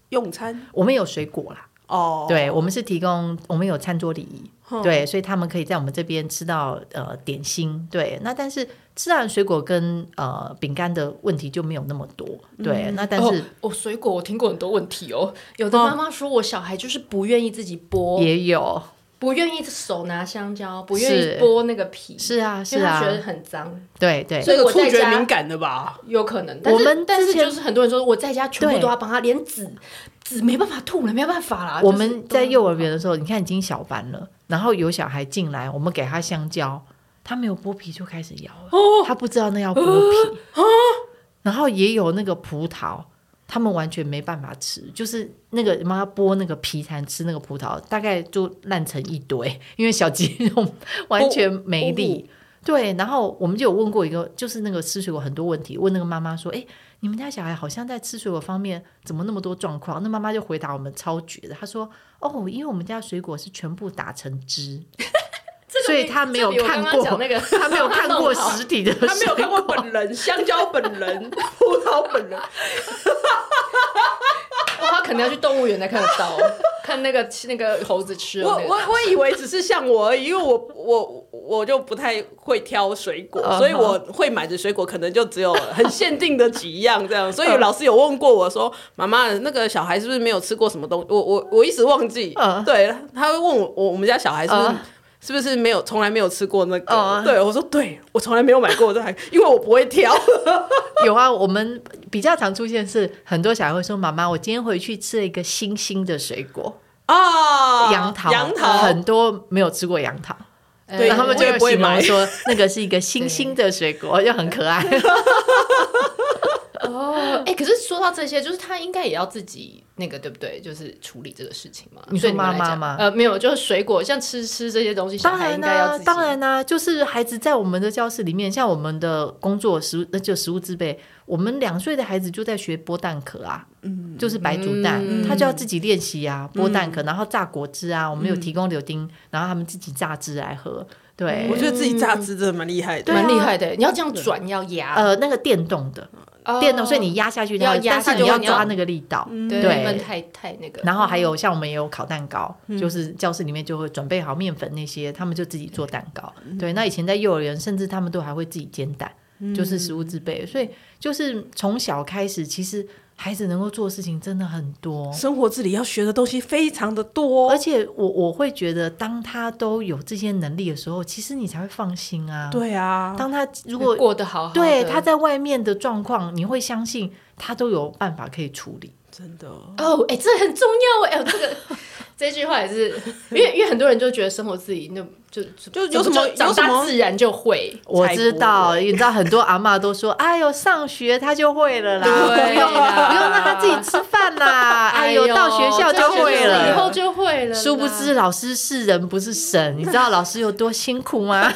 [SPEAKER 1] 用餐
[SPEAKER 2] 我们有水果啦，
[SPEAKER 1] 哦。
[SPEAKER 2] 对我们是提供，我们有餐桌礼仪，对，所以他们可以在我们这边吃到呃点心，对。那但是吃完水果跟呃饼干的问题就没有那么多，对。那但是
[SPEAKER 3] 哦，哦，水果我听过很多问题哦。有的妈妈说，我小孩就是不愿意自己剥，
[SPEAKER 2] 也有，
[SPEAKER 3] 不愿意手拿香蕉，不愿
[SPEAKER 2] 是
[SPEAKER 3] 意剥那个皮，
[SPEAKER 2] 是啊
[SPEAKER 3] 因
[SPEAKER 2] 是
[SPEAKER 3] 为他觉
[SPEAKER 2] 啊
[SPEAKER 3] 得，很脏，
[SPEAKER 2] 对对。
[SPEAKER 3] 所以
[SPEAKER 1] 这个
[SPEAKER 3] 我
[SPEAKER 1] 触
[SPEAKER 3] 在
[SPEAKER 1] 觉
[SPEAKER 3] 家
[SPEAKER 1] 敏感的吧？
[SPEAKER 3] 有可能。但是
[SPEAKER 2] 我们
[SPEAKER 3] 但
[SPEAKER 2] 之
[SPEAKER 3] 是
[SPEAKER 2] 前
[SPEAKER 3] 就是很多人说，我在家全部
[SPEAKER 2] 对
[SPEAKER 3] 都要帮他，连籽籽没办法吐了，没办法啦。
[SPEAKER 2] 我
[SPEAKER 3] 啊就是嗯
[SPEAKER 2] 们
[SPEAKER 3] 都
[SPEAKER 2] 在幼儿园的时候，你看已经小班了，然后有小孩进来，我们给他香蕉，他没有剥皮就开始咬了，
[SPEAKER 3] 哦
[SPEAKER 2] 他不知道那要剥皮。然后也有那个葡萄，他们完全没办法吃，就是那个妈妈剥那个皮才能吃那个葡萄，大概就烂成一堆，因为小肌肉 完全没
[SPEAKER 3] 哦
[SPEAKER 2] 力。对，然后我们就有问过一个，就是那个吃水果很多问题，问那个妈妈说：“哎，你们家小孩好像在吃水果方面怎么那么多状况？”那妈妈就回答我们超绝的，她说：“哦，因为我们家水果是全部打成汁，
[SPEAKER 3] 这个
[SPEAKER 2] 所以
[SPEAKER 3] 比
[SPEAKER 2] 他没有
[SPEAKER 3] 这比我
[SPEAKER 2] 看
[SPEAKER 3] 刚刚
[SPEAKER 2] 过
[SPEAKER 3] 讲那个
[SPEAKER 2] 她没有看过
[SPEAKER 3] 弄好
[SPEAKER 2] 实体的
[SPEAKER 1] 哦他没有
[SPEAKER 2] 水
[SPEAKER 1] 看过
[SPEAKER 2] 果
[SPEAKER 1] 本人，香蕉本人，葡萄本人，
[SPEAKER 3] 哦他可能要去动物园才看得到，哦看那个那个猴子吃了
[SPEAKER 1] 我
[SPEAKER 3] 那个
[SPEAKER 1] 我我以为只是像我而已，因为我我我就不太会挑水果
[SPEAKER 2] 嗯哼
[SPEAKER 1] 所以我会买的水果可能就只有很限定的几样这样。所以
[SPEAKER 2] 嗯
[SPEAKER 1] 老师有问过我说：“妈妈，那个小孩是不是没有吃过什么东西？”我我我一直忘记
[SPEAKER 2] 嗯
[SPEAKER 1] 对，他会问我我我们家小孩是不是
[SPEAKER 2] 嗯
[SPEAKER 1] 是不是没有从来没有吃过那个
[SPEAKER 2] 嗯
[SPEAKER 1] 对，我说对，我从来没有买过这还，因为我不会挑。
[SPEAKER 2] 有啊，我们比较常出现是很多小孩会说：“妈妈，我今天回去吃了一个新新的水果，
[SPEAKER 1] 啊，
[SPEAKER 2] 杨桃，
[SPEAKER 1] 杨桃，
[SPEAKER 2] 很多没有吃过杨桃。”
[SPEAKER 1] 对
[SPEAKER 2] 然后他们
[SPEAKER 1] 我
[SPEAKER 2] 就
[SPEAKER 1] 也
[SPEAKER 2] 会
[SPEAKER 1] 不会
[SPEAKER 2] 形容
[SPEAKER 1] 买
[SPEAKER 2] 说那个是一个新新的水果，就很可爱。
[SPEAKER 3] 哦， 哎，可是说到这些，就是他应该也要自己那个，对不对？就是处理这个事情嘛。
[SPEAKER 2] 你说
[SPEAKER 3] 对们来
[SPEAKER 2] 妈妈
[SPEAKER 3] 讲
[SPEAKER 2] 吗
[SPEAKER 3] 呃，没有，就是水果，像吃吃这些东西，小
[SPEAKER 2] 当
[SPEAKER 3] 孩
[SPEAKER 2] 然
[SPEAKER 3] 应
[SPEAKER 2] 啦、
[SPEAKER 3] 该要自己。
[SPEAKER 2] 当然啦、就是孩子在我们的教室里面，像我们的工作食物，那就食物制备，我们两岁的孩子就在学剥蛋壳啊，嗯，就是白煮蛋，
[SPEAKER 3] 嗯
[SPEAKER 2] 他就要自己练习啊，剥蛋壳，然后榨果汁啊，我们
[SPEAKER 3] 嗯
[SPEAKER 2] 有提供柳丁，然后他们自己榨汁来喝。对，
[SPEAKER 1] 我觉得自己榨汁真的蛮厉害的。
[SPEAKER 2] 对啊
[SPEAKER 3] 蛮厉害的。你要这样转，要压，
[SPEAKER 2] 呃，那个电动的，
[SPEAKER 3] 哦
[SPEAKER 2] 电动，所以你压下去它
[SPEAKER 3] 要
[SPEAKER 2] 会，
[SPEAKER 3] 压
[SPEAKER 2] 但
[SPEAKER 3] 下
[SPEAKER 2] 是
[SPEAKER 3] 去
[SPEAKER 2] 你要
[SPEAKER 3] 你要
[SPEAKER 2] 抓那个力道，
[SPEAKER 3] 对
[SPEAKER 2] 对
[SPEAKER 3] 不能太太那个。
[SPEAKER 2] 然后还
[SPEAKER 3] 哦
[SPEAKER 2] 有像我们也有烤蛋糕，
[SPEAKER 3] 嗯
[SPEAKER 2] 就是教室里面就会准备好面粉那些，他们就自己做蛋糕。
[SPEAKER 3] 嗯
[SPEAKER 2] 对，那以前在幼儿园，甚至他
[SPEAKER 3] 嗯
[SPEAKER 2] 们都还会自己煎蛋，就是食物自备。所以就是从小开始，其实孩子能够做的事情真的很多。
[SPEAKER 1] 生活自理要学的东西非常的多，
[SPEAKER 2] 而且我我会觉得，当他都有这些能力的时候，其实你才会放心啊。，
[SPEAKER 1] 对啊，
[SPEAKER 2] 当他如果
[SPEAKER 3] 过得好好的，
[SPEAKER 2] 对他在外面的状况，你会相信他都有办法可以处理。
[SPEAKER 1] 真的
[SPEAKER 3] 哦，哎、这很重要哎、哦 这个这句话也是，因为因为很多人就觉得生活自理那就
[SPEAKER 1] 就有什么
[SPEAKER 3] 就长
[SPEAKER 1] 有什
[SPEAKER 3] 大
[SPEAKER 1] 么
[SPEAKER 3] 自然就会，
[SPEAKER 2] 我
[SPEAKER 1] 才
[SPEAKER 2] 知
[SPEAKER 1] 不
[SPEAKER 2] 道，
[SPEAKER 1] 会
[SPEAKER 2] 你知道很多阿嬷都说：“哎呦，上学他就会了啦，不
[SPEAKER 3] 对
[SPEAKER 2] 用
[SPEAKER 3] 啦
[SPEAKER 2] 不用让他自己吃饭啦。哎呦，
[SPEAKER 3] 呦，
[SPEAKER 2] 到学校
[SPEAKER 3] 到
[SPEAKER 2] 就会
[SPEAKER 3] 学校以后
[SPEAKER 2] 了。”
[SPEAKER 3] 就会了啦，
[SPEAKER 2] 殊不知老师是人不是神，你知道老师有多辛苦吗？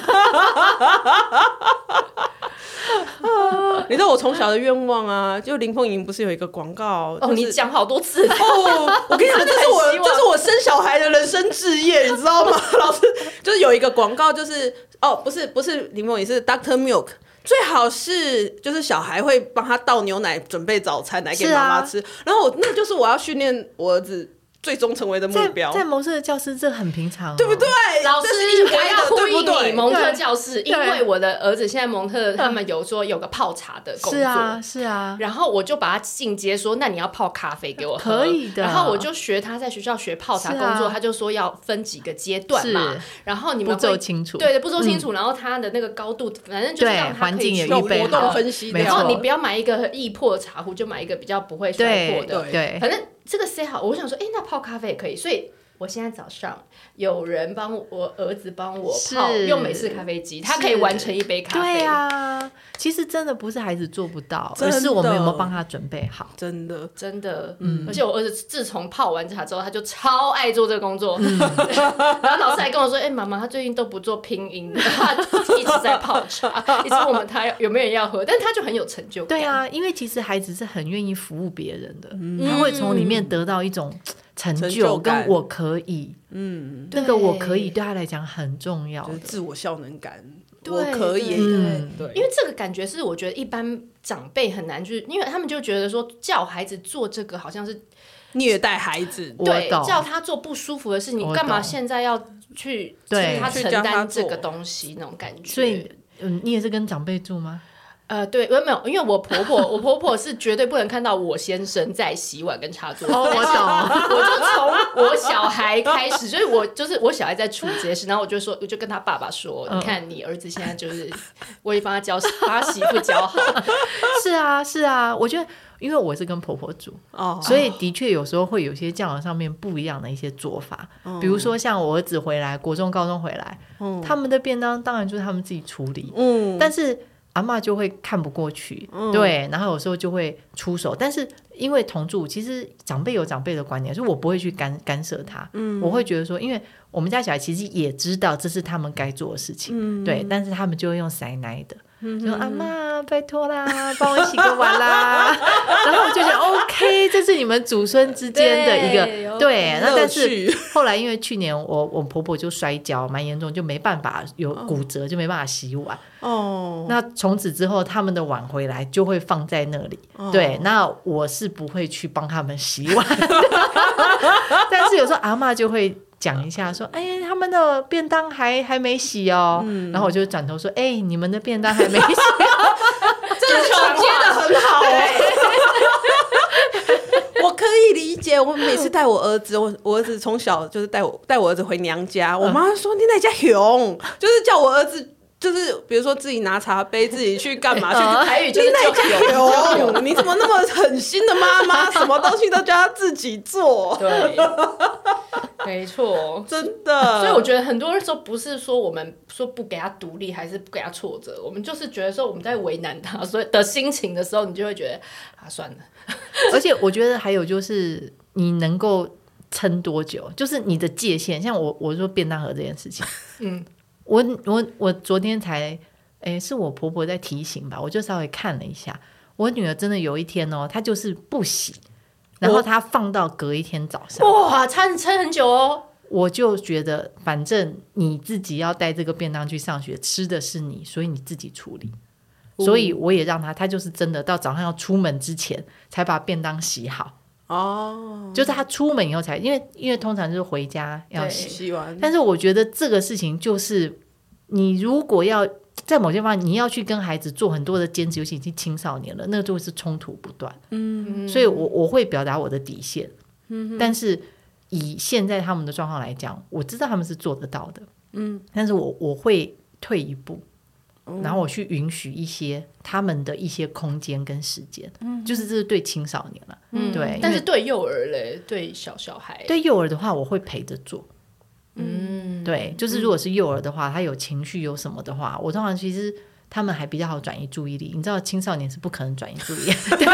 [SPEAKER 1] 你知道我从小的愿望啊，就林凤营不是有一个广告？就
[SPEAKER 3] 哦，
[SPEAKER 1] 是
[SPEAKER 3] 你讲好多次，
[SPEAKER 1] 哦，我 跟你讲，这是我
[SPEAKER 3] 真的很希望
[SPEAKER 1] 这是我生小孩的人生志业，你知道吗？ 老师就是有一个广告，就是哦，不是不是林凤营，是 Doctor Milk。最好是就是小孩会帮他倒牛奶，准备早餐来给
[SPEAKER 2] 是啊
[SPEAKER 1] 妈妈吃。然后我那就是我要训练我儿子最终成为的目
[SPEAKER 2] 在
[SPEAKER 1] 标，
[SPEAKER 2] 在蒙氏的教师，这很平常、哦
[SPEAKER 1] 对不对？？
[SPEAKER 3] 老师
[SPEAKER 1] 这是应
[SPEAKER 3] 我
[SPEAKER 1] 该
[SPEAKER 3] 要
[SPEAKER 1] 的，
[SPEAKER 3] 呼
[SPEAKER 1] 对不
[SPEAKER 3] 应你
[SPEAKER 1] 对？
[SPEAKER 3] 蒙特
[SPEAKER 2] 对
[SPEAKER 3] 教室，因
[SPEAKER 2] 对
[SPEAKER 3] 为我的儿子现在蒙特他们有说有个泡茶的工作，
[SPEAKER 2] 是啊，是啊，
[SPEAKER 3] 然后我就把他进阶说，那你要泡咖啡给我喝，
[SPEAKER 2] 可以的
[SPEAKER 3] 然后我就学他在学校学泡茶
[SPEAKER 2] 是
[SPEAKER 3] 工
[SPEAKER 2] 啊
[SPEAKER 3] 作，他就说要分几个阶段
[SPEAKER 2] 是
[SPEAKER 3] 嘛，然后你
[SPEAKER 2] 步
[SPEAKER 3] 们
[SPEAKER 2] 骤
[SPEAKER 3] 会
[SPEAKER 2] 清楚。嗯
[SPEAKER 3] 对对步骤清楚，然后他的那个高度，反正就是
[SPEAKER 2] 对
[SPEAKER 3] 让他
[SPEAKER 2] 环
[SPEAKER 3] 可
[SPEAKER 2] 境
[SPEAKER 3] 以
[SPEAKER 2] 也
[SPEAKER 3] 去
[SPEAKER 2] 预备
[SPEAKER 1] 活
[SPEAKER 2] 好
[SPEAKER 1] 动分析
[SPEAKER 2] 没
[SPEAKER 1] 掉，
[SPEAKER 3] 然后
[SPEAKER 2] 错
[SPEAKER 3] 你不要买一个易破茶壶，就买一个比较不会摔破
[SPEAKER 2] 对
[SPEAKER 3] 的。
[SPEAKER 2] 对
[SPEAKER 3] 反正这个 say 好，我想说，哎、那泡咖啡也可以，所以。我现在早上有人帮我我儿子帮我泡
[SPEAKER 2] 是
[SPEAKER 3] 用美式咖啡机，他可以
[SPEAKER 2] 是
[SPEAKER 3] 完成一杯咖啡。
[SPEAKER 2] 对啊，其实真的不是孩子做不到，而
[SPEAKER 1] 真
[SPEAKER 2] 是我们有没有
[SPEAKER 1] 的
[SPEAKER 2] 帮他准备好。
[SPEAKER 1] 真的
[SPEAKER 3] 真的，嗯，而且我儿子自从泡完茶之后，他就超爱做这个工作。 然后老师还跟我说：“哎、妈妈，他最近都不做拼音的，他一直在泡茶，一直问我们他有没有人要喝，但他就很有成就感。”
[SPEAKER 2] 对，啊，因为其实孩子是很愿意服务别人的，他会从里面得到一种成
[SPEAKER 1] 嗯成
[SPEAKER 2] 就，
[SPEAKER 1] 就
[SPEAKER 2] 跟
[SPEAKER 1] 感
[SPEAKER 2] 我可以，
[SPEAKER 1] 嗯，
[SPEAKER 2] 那个我可以对他来讲很重要
[SPEAKER 1] 就是
[SPEAKER 2] 的。
[SPEAKER 1] 自我效能感，
[SPEAKER 3] 对
[SPEAKER 1] 我可
[SPEAKER 3] 对
[SPEAKER 1] 以，
[SPEAKER 2] 嗯，
[SPEAKER 1] 对，
[SPEAKER 3] 因为这个感觉是我觉得一般长辈很难去，因为他们就觉得说叫孩子做这个好像是
[SPEAKER 1] 虐待孩子，
[SPEAKER 2] 我
[SPEAKER 3] 对，
[SPEAKER 2] 懂
[SPEAKER 3] 叫他做不舒服的事情，
[SPEAKER 2] 我
[SPEAKER 3] 干嘛
[SPEAKER 2] 懂
[SPEAKER 3] 现在要去
[SPEAKER 2] 对
[SPEAKER 3] 请他
[SPEAKER 1] 去
[SPEAKER 3] 承
[SPEAKER 1] 叫他
[SPEAKER 3] 担这
[SPEAKER 1] 做
[SPEAKER 3] 个东西那种感觉？
[SPEAKER 2] 所以嗯，你也是跟长辈住 吗？
[SPEAKER 3] 呃，对，没有没有，因为我婆婆， 我婆婆是绝对不能看到我先生在洗碗跟擦桌子。
[SPEAKER 2] 哦，我懂，
[SPEAKER 3] 我就从我小孩开始，就是我就是我小孩在处这些事，然后我就说，我就跟他爸爸说，
[SPEAKER 2] 嗯
[SPEAKER 3] 你看你儿子现在就是，我也帮他教，把他媳妇 教好，
[SPEAKER 2] 是啊，是啊，我觉得。因为我是跟婆婆住，
[SPEAKER 1] 哦，
[SPEAKER 2] 所以的确有时候会有些教养上面不一样的一些做法，
[SPEAKER 1] 哦
[SPEAKER 2] 比如说像我儿子回来，国中、高中回来，他们的便当当然就是他们自己处理，
[SPEAKER 1] 嗯，
[SPEAKER 2] 但是阿嬷就会看不过去，对，然后有时候就会出手，但是因为同住，其实长辈有长辈的观点，所以我不会去干干涉他，我会觉得说，因为我们家小孩其实也知道这是他们该做的事情，对，但是他们就会用塞奶的。就说阿妈，拜托啦，帮我洗个碗啦。然后我就觉得 OK，这是你们祖孙之间的一
[SPEAKER 3] 对
[SPEAKER 2] 个
[SPEAKER 3] ，OK
[SPEAKER 2] 对。那
[SPEAKER 1] 乐
[SPEAKER 2] 但是
[SPEAKER 1] 趣
[SPEAKER 2] 后来因为去年我我婆婆就摔跤蛮严重，就没办法有骨折，就没办法洗碗。
[SPEAKER 1] 哦，
[SPEAKER 2] 那从此之后，他们的碗回来就会放在那里。对，那我是不会去帮他们洗碗， 但是有时候阿嬷就会。讲一下说，哎、他们的便当还还没洗哦，然后我就转头说，哎、你们的便当还没洗，
[SPEAKER 1] 这个球接的很好哎。 我可以理解，我每次带我儿子，我我儿子从小就是带我带我儿子回娘
[SPEAKER 2] 嗯
[SPEAKER 1] 家，我妈说你哪家熊，就是叫我儿子，就是比如说自己拿茶杯，自己去干嘛去
[SPEAKER 2] 嗯
[SPEAKER 3] 台语就是
[SPEAKER 1] 你哪
[SPEAKER 3] 就有
[SPEAKER 1] 家熊， 你怎么那么狠心的妈 妈，什么东西都叫他自己做，
[SPEAKER 3] 对，
[SPEAKER 2] 哦
[SPEAKER 3] 没错。
[SPEAKER 1] 真的。
[SPEAKER 3] 所以我觉得很多时候不是说我们说不给他独立，还是不给他挫折，我们就是觉得说我们在为难他，所以的心情的时候，你就会觉得啊，算了，
[SPEAKER 2] 而且我觉得还有就是你能够撑多久，就是你的界限。像我我说便当盒这件事情，
[SPEAKER 3] 嗯，
[SPEAKER 2] 我我我昨天才，诶，是我婆婆在提醒吧，我就稍微看了一下，我女儿真的有一天哦，她就是不洗，然后她放到隔一天早上，
[SPEAKER 3] 哇，撑撑很久哦。
[SPEAKER 2] 我就觉得反正你自己要带这个便当去上学，吃的是你，所以你自己处理。所以我也让她，她就是真的到早上要出门之前才把便当洗好。
[SPEAKER 1] 哦，
[SPEAKER 2] 就是他出门以后才，因为因为通常就是回家要洗，
[SPEAKER 1] 洗完
[SPEAKER 2] 但是我觉得这个事情就是，你如果要在某些方面，你要去跟孩子做很多的兼职，尤其已经青少年了，那就会是冲突不断。嗯，所以我我会表达我的底线，嗯，但是以现在他们的状况来讲，我知道他们是做得到的，嗯，哦但是我我会退一步，然后我去允许一些他们的一些空间跟时间，嗯，就是这是对青少年了，嗯，对，
[SPEAKER 3] 但
[SPEAKER 2] 因
[SPEAKER 3] 是
[SPEAKER 2] 为
[SPEAKER 3] 对幼儿嘞，对小小孩，
[SPEAKER 2] 对幼儿的话，我会陪着做。
[SPEAKER 3] 嗯，
[SPEAKER 2] 对，就是如果是幼儿的话，他有情绪有什么的话，我通常其实他们还比较好转移注意力。你知道青少年是不可能转移注意力， 对，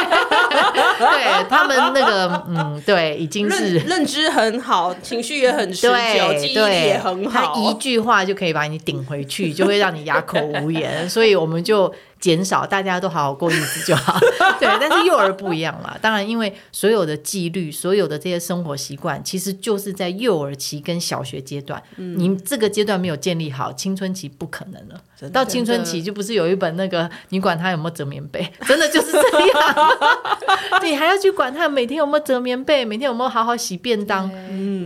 [SPEAKER 2] 对他们那个嗯，对，已经
[SPEAKER 1] 认
[SPEAKER 2] 是。
[SPEAKER 1] 认知很好，情绪也很持久，记忆力也
[SPEAKER 2] 对对，
[SPEAKER 1] 很
[SPEAKER 2] 他一
[SPEAKER 1] 好。
[SPEAKER 2] 句话就可以把你顶回去，就会让你哑口无言。 所以我们就减少，大家都好好过日子 就好。对，但是幼儿不一样啦。当然，因为所有的纪律、所有的这些生活习惯，其实就是在幼儿期跟小学阶段，
[SPEAKER 1] 嗯
[SPEAKER 2] 你这个阶段没有建立好，青春期不可能了。到青春期就不是有一本那个你管他有没有折棉被， 真的就是这样。 你还要去管他每天有没有折棉被，每天有没有好好洗便当，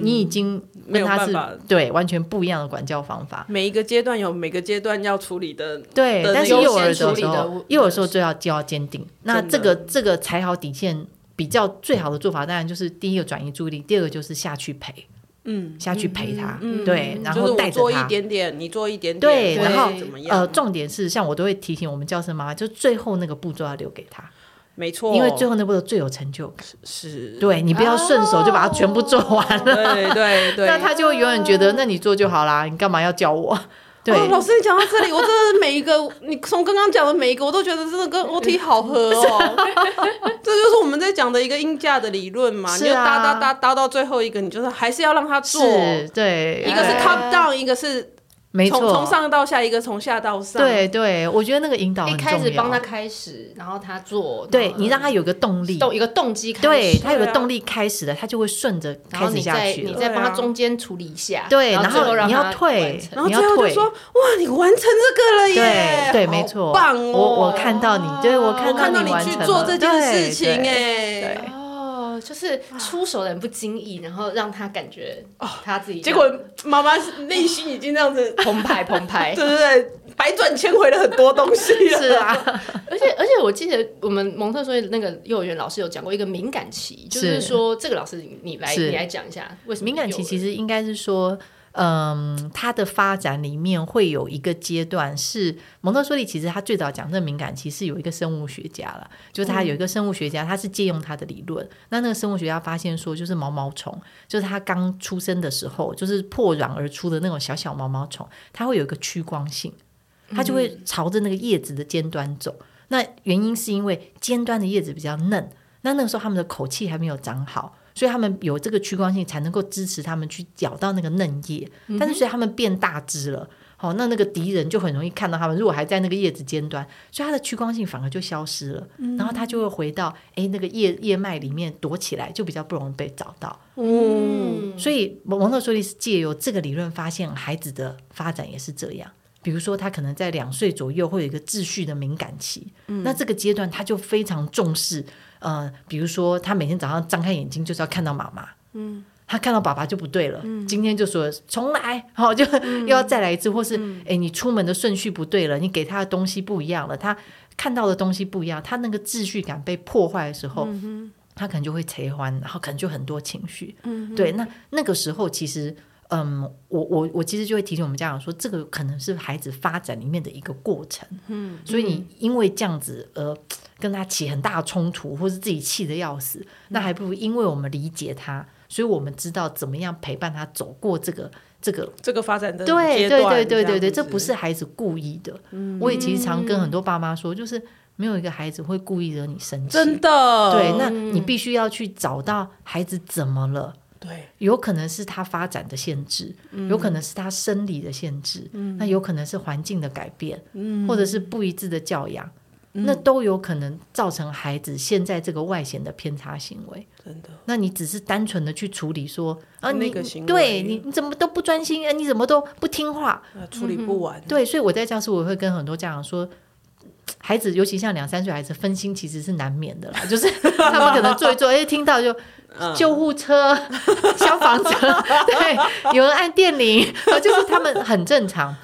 [SPEAKER 2] 你已经
[SPEAKER 1] 嗯没
[SPEAKER 2] 跟
[SPEAKER 1] 有
[SPEAKER 2] 他
[SPEAKER 1] 办
[SPEAKER 2] 是
[SPEAKER 1] 法
[SPEAKER 2] 对完全不一样的管教方法。
[SPEAKER 1] 每一个阶段有每个阶段要处理的，
[SPEAKER 2] 对，
[SPEAKER 1] 的
[SPEAKER 2] 但是
[SPEAKER 1] 那个
[SPEAKER 2] 幼儿的时
[SPEAKER 3] 优先处理
[SPEAKER 2] 候
[SPEAKER 3] 的，
[SPEAKER 2] 幼儿的时候就要就要坚定。那
[SPEAKER 1] 真的
[SPEAKER 2] 这个这个踩好底线，比较最好的做法，当然就是第一个转移注意力，第二个就是下去陪，
[SPEAKER 1] 嗯，
[SPEAKER 2] 下去陪他，
[SPEAKER 1] 嗯
[SPEAKER 2] 对，然
[SPEAKER 1] 就是
[SPEAKER 2] 后带
[SPEAKER 1] 我
[SPEAKER 2] 着
[SPEAKER 1] 做一
[SPEAKER 2] 他。
[SPEAKER 1] 点点，你做一点点，
[SPEAKER 2] 对
[SPEAKER 1] 或者
[SPEAKER 3] 然后
[SPEAKER 1] 怎么样？
[SPEAKER 2] 呃，重点是，像我都会提醒我们教生妈妈，就最后那个步骤要留给他，
[SPEAKER 1] 没错，
[SPEAKER 2] 因为最后那步骤最有成就感。
[SPEAKER 1] 是，哦
[SPEAKER 2] 对你不要顺手就把它全部做完了，
[SPEAKER 1] 对 对对。
[SPEAKER 2] 那他就会永远觉得，那你做就好啦，你干嘛要教我？ 对，
[SPEAKER 1] 哦老师，你讲到这里，我真的每一个，你从刚刚讲的每一个，我都觉得真 的跟 OT 好合哦。这就是我们在讲的一个应价的理论嘛，
[SPEAKER 2] 是
[SPEAKER 1] 你就搭
[SPEAKER 2] 啊
[SPEAKER 1] 搭搭搭到最后一个，你就是还是要让他做。
[SPEAKER 2] 是，对，
[SPEAKER 1] 一个是
[SPEAKER 2] 哎
[SPEAKER 1] top down，一个是
[SPEAKER 2] 没
[SPEAKER 1] 从
[SPEAKER 2] 错，
[SPEAKER 1] 从上到下，一个从下到上。
[SPEAKER 2] 对对，我觉得那个引导
[SPEAKER 3] 一
[SPEAKER 2] 很重
[SPEAKER 3] 开
[SPEAKER 2] 要。
[SPEAKER 3] 始帮他开始，然后他做，
[SPEAKER 1] 嗯
[SPEAKER 2] 对
[SPEAKER 3] 然后
[SPEAKER 2] 你让他有个动力，
[SPEAKER 3] 动一个动机开始，
[SPEAKER 2] 对他有
[SPEAKER 1] 对
[SPEAKER 2] 个
[SPEAKER 1] 啊
[SPEAKER 2] 动力开始了，他就会顺着
[SPEAKER 3] 然
[SPEAKER 2] 开
[SPEAKER 3] 后
[SPEAKER 2] 始
[SPEAKER 3] 你
[SPEAKER 2] 下
[SPEAKER 3] 再
[SPEAKER 2] 去
[SPEAKER 3] 你
[SPEAKER 2] 了。
[SPEAKER 3] 再帮他中间处理一下，
[SPEAKER 2] 对
[SPEAKER 3] 然
[SPEAKER 2] 后
[SPEAKER 3] 最让
[SPEAKER 2] 你
[SPEAKER 3] 他
[SPEAKER 2] 要退
[SPEAKER 3] 完成
[SPEAKER 1] 然后
[SPEAKER 2] 你要
[SPEAKER 1] 最后就
[SPEAKER 2] 退
[SPEAKER 1] 说：“哇，你完成这个了耶！”
[SPEAKER 2] 对对，
[SPEAKER 1] 好
[SPEAKER 2] 没错，
[SPEAKER 1] 棒哦！
[SPEAKER 2] 我我看到你，对我
[SPEAKER 1] 我看
[SPEAKER 2] 到
[SPEAKER 1] 到你
[SPEAKER 2] 完
[SPEAKER 1] 去
[SPEAKER 2] 成
[SPEAKER 1] 做
[SPEAKER 2] 了
[SPEAKER 1] 这件事情，
[SPEAKER 2] 对对
[SPEAKER 1] 哎，
[SPEAKER 3] 哦，就是出手的很不经意，然后让他感觉
[SPEAKER 2] 哦
[SPEAKER 3] 他自己
[SPEAKER 1] 结果妈妈内心已经这样子，
[SPEAKER 3] 澎湃澎湃
[SPEAKER 1] 对。对对，百转千回了很多东西了。
[SPEAKER 2] 是啊，
[SPEAKER 3] 而且而且我记得我们蒙特梭利那个幼儿园老师有讲过一个敏感期，就是
[SPEAKER 2] 是
[SPEAKER 3] 说这个老师你你来
[SPEAKER 2] 是
[SPEAKER 3] 你来讲一下为什么
[SPEAKER 2] 敏感期其
[SPEAKER 3] 实
[SPEAKER 2] 实应该是说。嗯，它的发展里面会有一个阶段是蒙特梭利，其实他最早讲这敏感期是有一个生物学家了，就是他有
[SPEAKER 3] 嗯
[SPEAKER 2] 一个生物学家，他是借用他的理论。那那个生物学家发现说，就是毛毛虫，就是它刚出生的时候，就是破卵而出的那种小小毛毛虫，它会有一个趋光性，它就
[SPEAKER 3] 嗯
[SPEAKER 2] 会朝着那个叶子的尖端走。那原因是因为尖端的叶子比较嫩，那那个时候他们的口气还没有长好，所以他们有这个趋光性才能够支持他们去咬到那个嫩叶。但是所以他们变大只了，好、那那个敌人就很容易看到他们。如果还在那个叶子尖端，所以它的趋光性反而就消失了，然后它就会回到诶那个叶叶脉里面躲起来，就比较不容易被找到。
[SPEAKER 1] 嗯，
[SPEAKER 2] 所以蒙蒙特梭利是借由这个理论发现孩子的发展也是这样。比如说，他可能在两岁左右会有一个秩序的敏感期，那这个阶段他就非常重视，呃，比如说他每天早上张开眼睛就是要看到妈妈，嗯，他看到爸爸就不对了，今天就说重来，好、就 又要再来一次，或是哎、诶你出门的顺序不对了，你给他的东西不一样了，他看到的东西不一样，他那个秩序感被破坏的时候，他可能就会切欢，然后可能就很多情绪。嗯，对，那那个时候其实，嗯，我我我其实就会提醒我们家长说，这个可能是孩子发展里面的一个过程。嗯，所以你因为这样子而跟他起很大的冲突，或是自己气得要死，那还不如因为我们理解他，所以我们知道怎么样陪伴他走过这个这个
[SPEAKER 1] 这个发展的
[SPEAKER 2] 对
[SPEAKER 1] 呃阶
[SPEAKER 2] 对
[SPEAKER 1] 段
[SPEAKER 2] 对对
[SPEAKER 1] 样
[SPEAKER 2] 对对，
[SPEAKER 1] 子嗯
[SPEAKER 2] 这不是孩子故意的。我也其实常跟很多爸妈说，就是没有一个孩子会故意惹你生气。
[SPEAKER 1] 真的，哦嗯
[SPEAKER 2] 对，那你必须要去找到孩子怎么了。
[SPEAKER 1] 对
[SPEAKER 2] 有可能是他发展的限制，
[SPEAKER 1] 嗯
[SPEAKER 2] 有可能是他生理的限制，那有可能是环境的改变，
[SPEAKER 1] 嗯
[SPEAKER 2] 或者是不一致的教养，那都有可能造成孩子现在这个外显的偏差行为。
[SPEAKER 1] 真的
[SPEAKER 2] 那你只是单纯的去处理说
[SPEAKER 1] 那
[SPEAKER 2] 啊，你
[SPEAKER 1] 个行为
[SPEAKER 2] 对你你怎么都不专心，哎，你怎么都不听话，嗯
[SPEAKER 1] 呃处理不完，
[SPEAKER 2] 对，所以我在教室我会跟很多家长说，孩子，尤其像两三岁孩子，分心其实是难免的啦。就是他们可能做一做，哎，听到就救护车、 消防车，对，有人按电铃，呃就是他们很正常。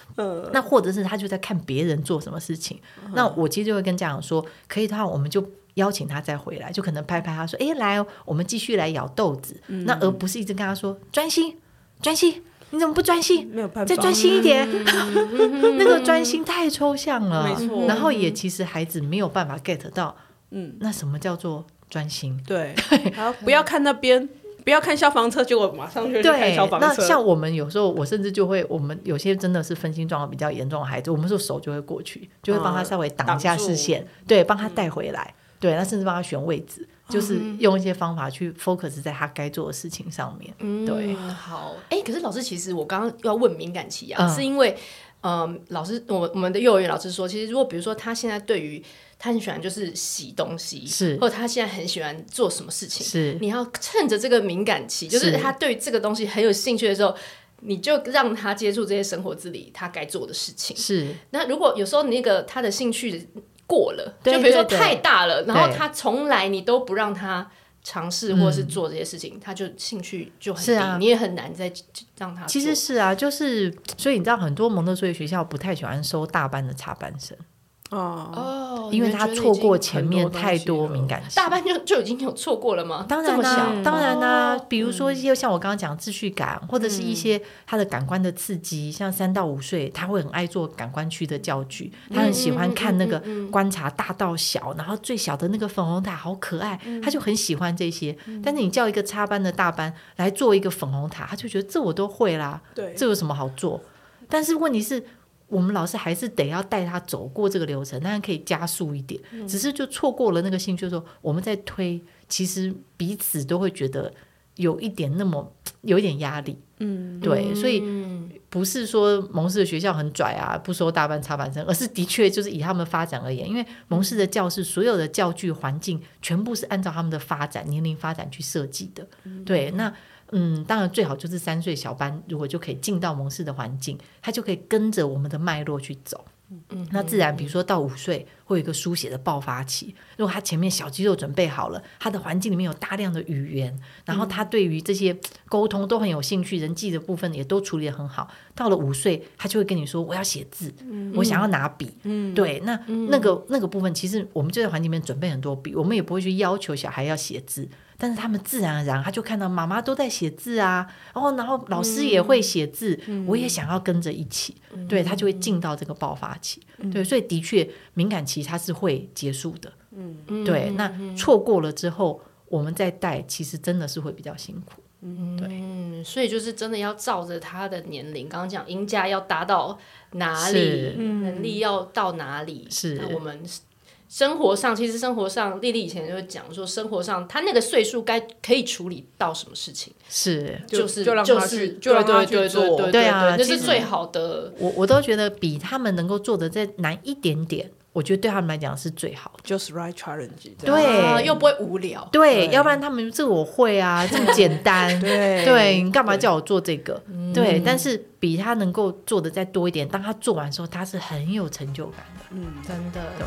[SPEAKER 2] 那或者是他就在看别人做什么事情。那我其实就会跟家长说，可以的话，我们就邀请他再回来，就可能拍拍他说，哎，来、哦，我们继续来咬豆子。那而不是一直跟他说专心，专心。你怎么不专心？
[SPEAKER 1] 没有办法
[SPEAKER 2] 再专心一点。
[SPEAKER 1] 嗯
[SPEAKER 2] 那个专心太抽象了，
[SPEAKER 1] 没错
[SPEAKER 2] 然后也其实孩子没有办法 get 到，嗯，那什么叫做专心？
[SPEAKER 1] 对，然后不要看那边，不要看消防车，结果马上就去看
[SPEAKER 2] 对
[SPEAKER 1] 消，防
[SPEAKER 2] 那
[SPEAKER 1] 车。
[SPEAKER 2] 像我们有时候，我甚至就会，我们有些真的是分心状况比较严重的孩子，我们说手就会过去，就会帮他
[SPEAKER 1] 嗯
[SPEAKER 2] 稍微挡
[SPEAKER 1] 挡
[SPEAKER 2] 一下
[SPEAKER 1] 住嗯
[SPEAKER 2] 视线，对，帮他带回来，对，那甚至帮他选位置，就是用一些方法去 focus 在他该做的事情上面。对，
[SPEAKER 3] 嗯好，哎、可是老师，其实我刚刚要问敏感期啊，
[SPEAKER 2] 嗯
[SPEAKER 3] 是因为，嗯，老师，我们我们的幼儿园老师说，其实如果比如说他现在对于他很喜欢就是洗东西，
[SPEAKER 2] 是
[SPEAKER 3] 或者他现在很喜欢做什么事情，
[SPEAKER 2] 是
[SPEAKER 3] 你要趁着这个敏感期，就是
[SPEAKER 2] 是
[SPEAKER 3] 他对这个东西很有兴趣的时候。你就让他接触这些生活自理，他该做的事情。
[SPEAKER 2] 是，
[SPEAKER 3] 那如果有时候你那个他的兴趣过了，
[SPEAKER 2] 对
[SPEAKER 3] 就比如说
[SPEAKER 2] 对对
[SPEAKER 3] 太大了，然后
[SPEAKER 2] 对
[SPEAKER 3] 他从来你都不让他尝试或是做这些事情，他就兴趣就很低，
[SPEAKER 2] 是啊
[SPEAKER 3] 你也很难再让他做。
[SPEAKER 2] 其实是啊，就是所以你知道，很多蒙特梭利学校不太喜欢收大班的插班生，
[SPEAKER 1] 哦，
[SPEAKER 3] 哦
[SPEAKER 2] 因为他错过前面太
[SPEAKER 4] 很多
[SPEAKER 2] 多
[SPEAKER 4] 东西了
[SPEAKER 2] 敏感期。
[SPEAKER 3] 大班就就已经有错过了吗？
[SPEAKER 2] 当
[SPEAKER 3] 这
[SPEAKER 2] 然
[SPEAKER 3] 么
[SPEAKER 2] 啦、
[SPEAKER 3] 小，哦
[SPEAKER 2] 当然啦、啊比如说一些像我刚刚讲的秩序感，或者是一些他的感官的刺激，像三到五岁，他会很爱做感官区的教具，他很喜欢看那个观察大到小，然后最小的那个粉红塔好可爱，他就很喜欢这些。但是你叫一个插班的大班来做一个粉红塔，他就觉得这我都会啦，
[SPEAKER 1] 对，
[SPEAKER 2] 这有什么好做？但是问题是。我们老师还是得要带他走过这个流程，当然可以加速一点，只是就错过了那个兴趣的时候，我们在推，其实彼此都会觉得有一点那么有一点压力，嗯，对，所以不是说蒙氏的学校很拽啊，不收大班插班生，而是的确就是以他们发展而言，因为蒙氏的教室所有的教具环境全部是按照他们的发展年龄发展去设计的，对，那。嗯，当然最好就是三岁小班，如果就可以进到蒙氏的环境，他就可以跟着我们的脉络去走。嗯，那自然，比如说到五岁会有一个书写的爆发期。如果他前面小肌肉准备好了，他的环境里面有大量的语言，然后他对于这些沟通都很有兴趣，人际的部分也都处理得很好。到了五岁，他就会跟你说：“我要写字，我想要拿笔。”嗯，对，那那个那个部分，其实我们就在环境里面准备很多笔，我们也不会去要求小孩要写字，但是他们自然而然他就看到妈妈都在写字啊，然后然后老师也会写字，我也想要跟着一起，对他就会进到这个爆发期。对，所以的确敏感期它是会结束的。嗯，对，那错过了之后。我们再带，其实真的是会比较辛苦。
[SPEAKER 3] 嗯，所以就是真的要照着他的年龄，刚刚讲音价要达到哪
[SPEAKER 2] 是
[SPEAKER 3] 里，能力要到哪里，
[SPEAKER 2] 是
[SPEAKER 3] 那我们生活上，其实生活上，丽丽以前就会讲说，生活上她那个岁数该可以处理到什么事情，
[SPEAKER 2] 是，
[SPEAKER 1] 就是就让
[SPEAKER 3] 就
[SPEAKER 1] 她
[SPEAKER 3] 是
[SPEAKER 1] 去就让她
[SPEAKER 3] 对
[SPEAKER 1] 去
[SPEAKER 3] 对
[SPEAKER 1] 做
[SPEAKER 3] 对对对
[SPEAKER 2] 对啊
[SPEAKER 3] 这
[SPEAKER 2] 其
[SPEAKER 3] 是
[SPEAKER 2] 实
[SPEAKER 3] 最好的。
[SPEAKER 2] 我我都觉得比他们能够做的再难一点点，我觉得对他们来讲是最好的。
[SPEAKER 1] just right challenge，这样
[SPEAKER 2] 对
[SPEAKER 3] 啊又不会无聊，
[SPEAKER 2] 对，
[SPEAKER 1] 对。
[SPEAKER 2] 要不然他们这我会啊，这么简单
[SPEAKER 1] 对
[SPEAKER 2] 对你干嘛叫我做这个？对，但是比他能够做的再多一点，当他做完之后，他是很有成就感的。
[SPEAKER 1] 嗯
[SPEAKER 3] 真的，
[SPEAKER 2] 对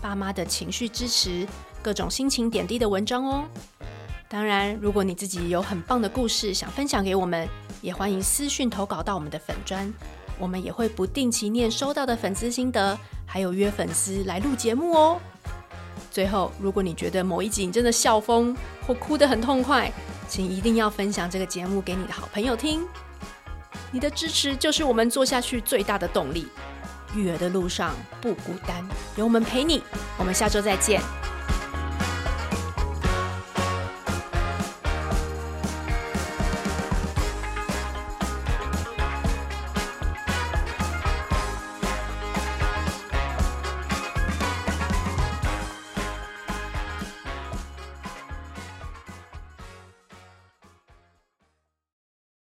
[SPEAKER 3] 爸妈的情绪支持、各种心情点滴的文章哦。当然，如果你自己有很棒的故事想分享给我们，也欢迎私讯投稿到我们的粉砖，我们也会不定期念收到的粉丝心得，还有约粉丝来录节目哦。最后，如果你觉得某一集你真的笑疯或哭得很痛快，请一定要分享这个节目给你的好朋友听。你的支持就是我们做下去最大的动力。育儿的路上不孤单，有我们陪你。我们下周再见，